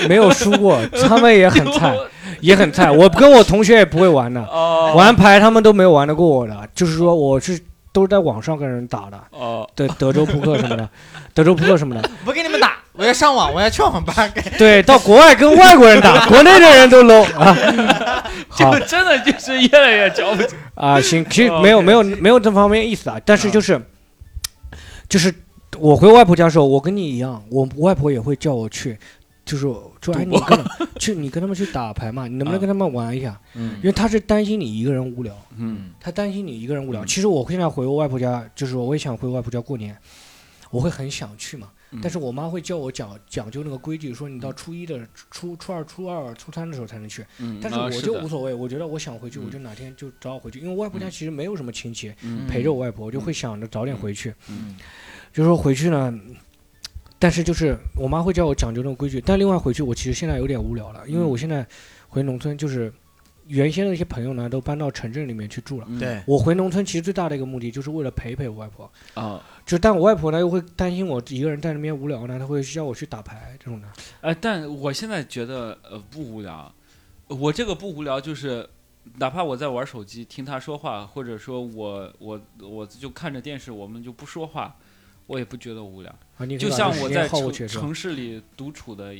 没有输 过，他们也很菜，也很菜。我跟我同学也不会玩的，哦玩牌他们都没有玩得过我的。就是说，我是都是在网上跟人打的，哦， 对德州扑克什么的，德州扑克什么的。不跟你们打，我要上网，我要去网吧。对，到国外跟外国 人打，国内的人都 low 啊。好就真的就是越来越瞧不起。啊，行，其实没有没有没有这方面意思啊，但是就是就是我回外婆家的时候，我跟你一样，我外婆也会叫我去就是说哎，你跟他去你跟他们去打牌嘛，你能不能跟他们玩一下？嗯因为他是担心你一个人无聊，嗯他担心你一个人无聊。其实我现在回我外婆家，就是我也想回我外婆家过年，我会很想去嘛嗯。但是我妈会教我讲讲究那个规矩，说你到初一的、初初二、初二、初三的时候才能去。嗯，但是啊我是就的无所谓，我觉得我想回去，嗯我就哪天就早点回去，因为我外婆家嗯其实没有什么亲戚嗯陪着我外婆，我就会想着早点回去。嗯就说回去呢，但是就是我妈会教我讲究那种规矩，但另外回去我其实现在有点无聊了，嗯因为我现在回农村就是原先的一些朋友呢都搬到城镇里面去住了。嗯对，我回农村其实最大的一个目的就是为了陪陪我外婆，啊，就但我外婆呢又会担心我一个人在那边无聊呢，她会叫我去打牌这种的。哎，但我现在觉得呃不无聊，我这个不无聊就是，哪怕我在玩手机听他说话，或者说我我我就看着电视，我们就不说话，我也不觉得无聊。啊，你可就以把像这时我间在耗过城去是吧城市里独处的，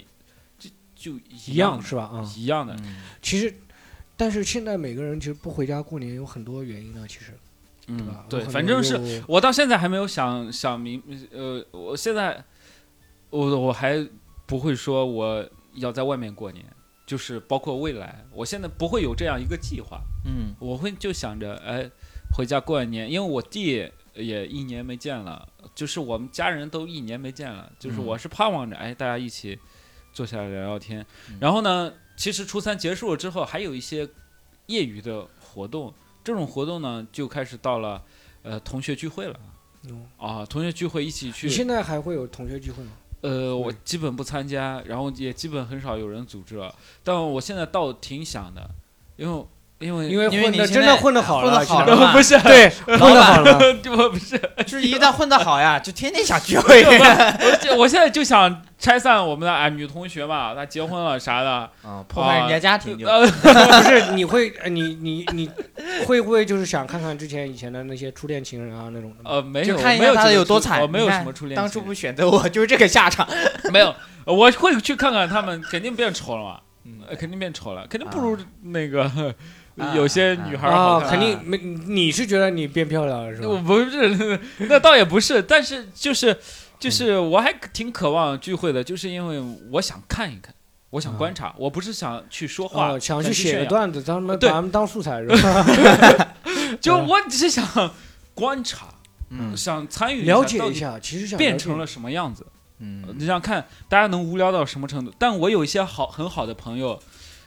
就就一一样的是吧？啊，一样的。嗯其实，但是现在每个人其实不回家过年有很多原因呢，其实对嗯吧，？对，有很反多正是有我到现在还没有想想明，呃，我现在我我还不会说我要在外面过年，就是包括未来，我现在不会有这样一个计划，嗯我会就想着，哎，回家过完年，因为我弟也一年没见了，就是我们家人都一年没见了，就是嗯我是盼望着，哎，大家一起坐下来聊聊天嗯。然后呢，其实初三结束了之后，还有一些业余的活动，这种活动呢，就开始到了呃同学聚会了。嗯啊，同学聚会一起你去，现嗯在还会有同学聚会吗？呃，我会基本不参加，然后也基本很少有人组织了。但我现在倒挺想的，因为因为因 为啊因为混你的现真的在混的好混了，得现好在 了嘛不 是，对，混的板好了。我不是，就是一旦混得好呀，就天天想 聚会。我就我现在就想拆散我们的啊女同学嘛，她结婚了啥的，啊，破坏人家家庭就。呃， 不是你会呃你你你会不会就是想看看之前以前的那些初恋情人啊那种的？呃，没就有，看一没下有他这个哦有多初惨我没有你什看么初恋情当人，初不选择我，就是这个下场。没有，呃我会去看看他们，肯定变丑了嘛，嗯呃肯定变丑了，肯定不啊如那个啊有些啊女孩儿好啊，看。肯定没，你是觉得你变漂亮了是我吧？不是，那倒也不是，但是就是就是嗯我还挺渴望聚会的，就是因为我想看一看，我想啊观察，我不是想去说话，哦，想去去写炫个耀，段子，咱们对把他们当素材 是吧？就嗯我只是想观察，嗯想参与了解一一下下，其实到底想变成了了什么样子。嗯你想看大家能无聊到什么程度？但我有一些好很好的朋友，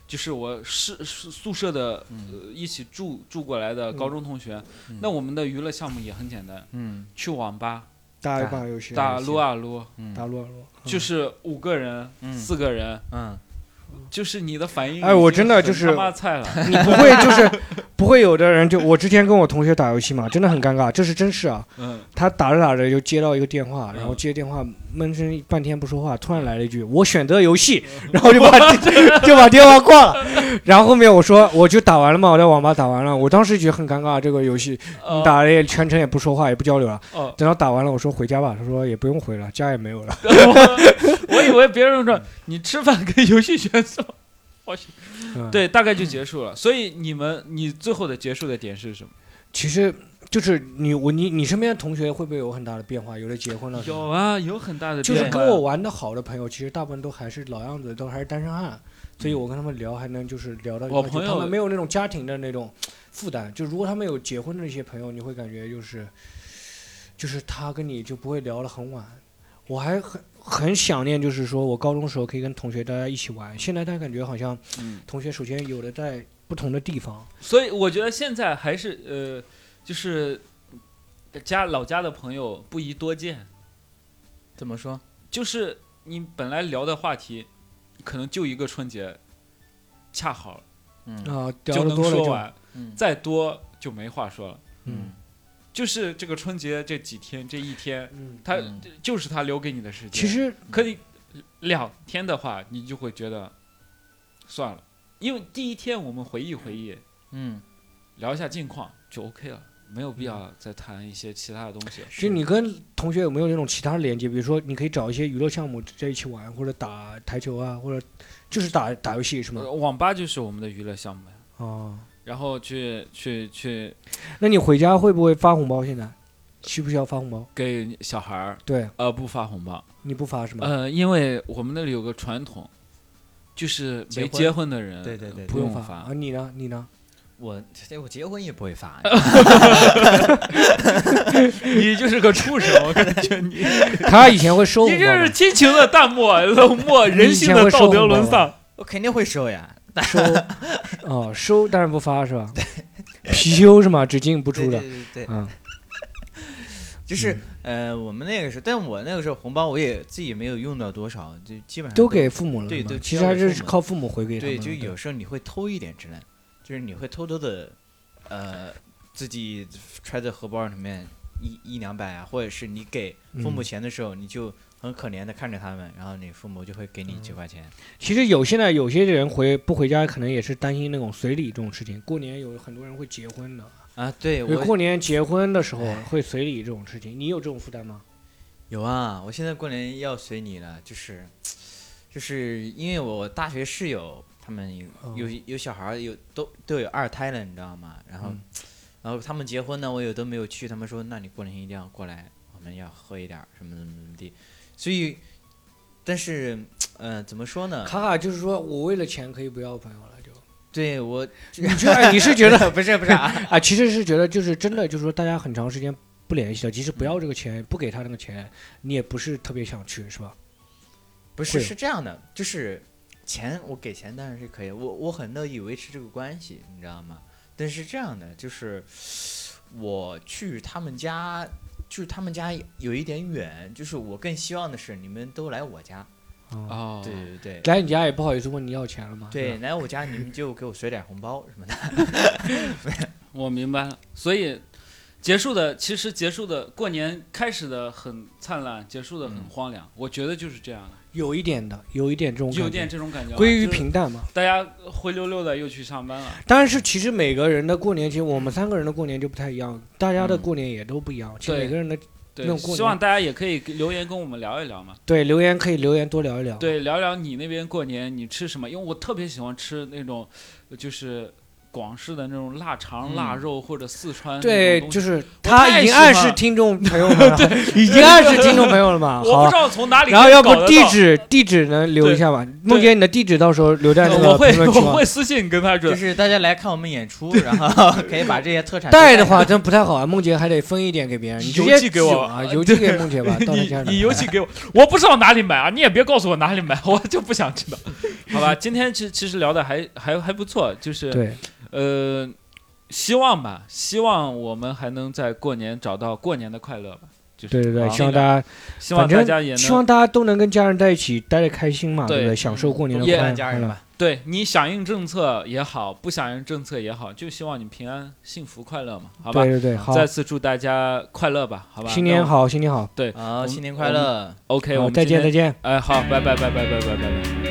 就是我是是宿舍的、嗯呃、一起住住过来的高中同学，嗯那我们的娱乐项目也很简单，嗯去网吧打一把游戏，打撸啊撸。打撸啊撸，就是是五个人、嗯四个人，嗯，就是你的反应已经哎很我真的就是他妈菜 了，你不会就是不会有的人就我之前跟我同学打游戏嘛，真的很尴尬，这是真事啊。嗯，他打着打着就接到一个电话，嗯然后接电话闷声半天不说话，突然来了一句“我选择游戏”，然后就把 就把电话挂了。然后后面我说我就打完了嘛，我在网吧打完了，我当时觉得很尴尬，这个游戏呃打了也全程也不说话也不交流了。哦，等到打完了，我说回家吧，他说也不用回了，家也没有了。 我以为别人说你吃饭跟游戏选手， 我去，嗯，对，大概就结束了。所以你们，你最后的结束的点是什么？其实就是你我你你身边的同学会不会有很大的变化？有的结婚了，有啊，有很大的嗯就变是化跟我玩的好的朋友，其实大部分都还是老样子，都还是单身汉，所以我跟他们聊还能就是聊到一块我儿朋就他友们没有那种家庭的那种负担。就如果他们有结婚的一些朋友，你会感觉就是，就是他跟你就不会聊得很晚。我还很很想念，就是说我高中时候可以跟同学大家一起玩，现在但感觉好像嗯同学首先有的在不同的地方，所以我觉得现在还是呃，就是家老家的朋友不宜多见，怎么说？就是你本来聊的话题，可能就一个春节，恰好嗯啊、聊就得能多了说就完。嗯再多就没话说了。嗯就是这个春节这几天这一天，嗯，他、嗯就是他留给你的时间。其实可以两天的话，你就会觉得算了，因为第一天我们回忆回忆，嗯，聊一下近况就 OK 了，没有必要再谈一些其他的东西。就你跟同学有没有那种其他连接？比如说，你可以找一些娱乐项目在一起玩，或者打台球啊，或者就是打打游戏是吗？呃网吧就是我们的娱乐项目呀，呃哦，然后去去去，那你回家会不会发红包？现在需不需要发红包？给小孩儿对，呃不发红包，你不发是吗？呃，因为我们那里有个传统，就是结没婚结婚的人对对对不用用发发啊？，你呢？你呢？我这我结婚也不会 发，你就是个畜生，我感觉你他以前会收你红包这吗是亲情的淡漠、冷 漠、人性的道德沦丧。我肯定会收呀。收 哦，收但是不发是吧？貔貅是吗？只进不对出对的。对对，嗯，就是呃，我们那个时候，但我那个时候红包我也自己没有用到多少，就基本上都给父母了对嘛都其交实还给父是母靠父母回给他们对，的。就有时候你会偷一点之类，就是你会偷偷的，呃，自己揣在荷包里面一一两百啊，或者是你给父嗯母钱的时候，你就很可怜的看着他们，然后你父母就会给你几嗯块钱。其实有现在有些人回不回家，可能也是担心那种随礼这种事情。过年有很多人会结婚的，啊，对对，哎我过年结婚的时候会随礼这种事情，你有这种负担吗？有啊，我现在过年要随你了，就是，就是因为我大学室友他们有、哦有有小孩儿，有都都有二胎了，你知道吗？然后，嗯然后他们结婚呢，我有都没有去，他们说那你过年一定要过来，我们要喝一点儿，什么怎么怎么地，所以，但是，呃，怎么说呢？ 卡卡就是说我为了钱可以不要朋友了，就 对我，你就哎你是觉得 不是不是啊，啊，其实是觉得就是真的，就是说大家很长时间不联系了，即使不要这个钱，不给他那个钱，你也不是特别想去，是吧？不是会是这样的，就是钱我给钱当然是可以，我我很乐意维持这个关系，你知道吗？但是这样的，就是我去他们家，就是他们家有一点远，就是我更希望的是你们都来我家，啊，哦对对对。来你家也不好意思问你要钱了嘛。对，吧，来我家你们就给我随点红包什么的。我明白了，所以结束的其实结束的过年开始的很灿烂，结束的很嗯荒凉，我觉得就是这样的，有一点的，有一点这种有感点觉，这种感觉吧。归于就是平淡嘛。大家灰溜溜的又去上班了，但是其实每个人的过年，其实我们三个人的过年就不太一样，大家的嗯过年也都不一样。其实对每个人的那对，种过年希望大家也可以留言跟我们聊一聊嘛，对留言可以留言多聊一聊。对，聊聊你那边过年你吃什么，因为我特别喜欢吃那种，就是。广式的那种腊肠、嗯腊肉或者四川那对，种东西就是我他太已喜经欢暗示了听众朋友们了， 已经暗示听众朋友了嘛。我不好知，道从哪里然后要搞得不到地址地址能留一下吧？梦洁，你的地址到时候留在那我个会评论区我吗会。私信跟他就说，是大家来看我们演出，然后可以把这些特产带的话真不太好啊，梦洁还得分一点给别人，你直邮接寄给我啊，呃邮寄给梦 洁吧，到他你家你里。邮寄给我，我不知道哪里买啊，你也别告诉我哪里买，我就不想知道。 好吧，今天其其实聊的还还还不错，就是对，呃，希望吧，希望我们还能在过年找到过年的快乐吧。就是对对对，好希望大家，希望大家也希望能大家都能跟家人在一起待得开心嘛，对嗯对不对？享受过年的也快家快人乐。吧。对你响应政策也好，不响应政策也好，就希望你平安、幸福、快乐嘛，好吧对？对对，好，再次祝大家快乐吧，好吧？新年那我好，新年好，啊好，新年快我们乐。 ，OK，好我们再见今再天，见。哎，好，拜拜拜拜拜拜拜拜拜。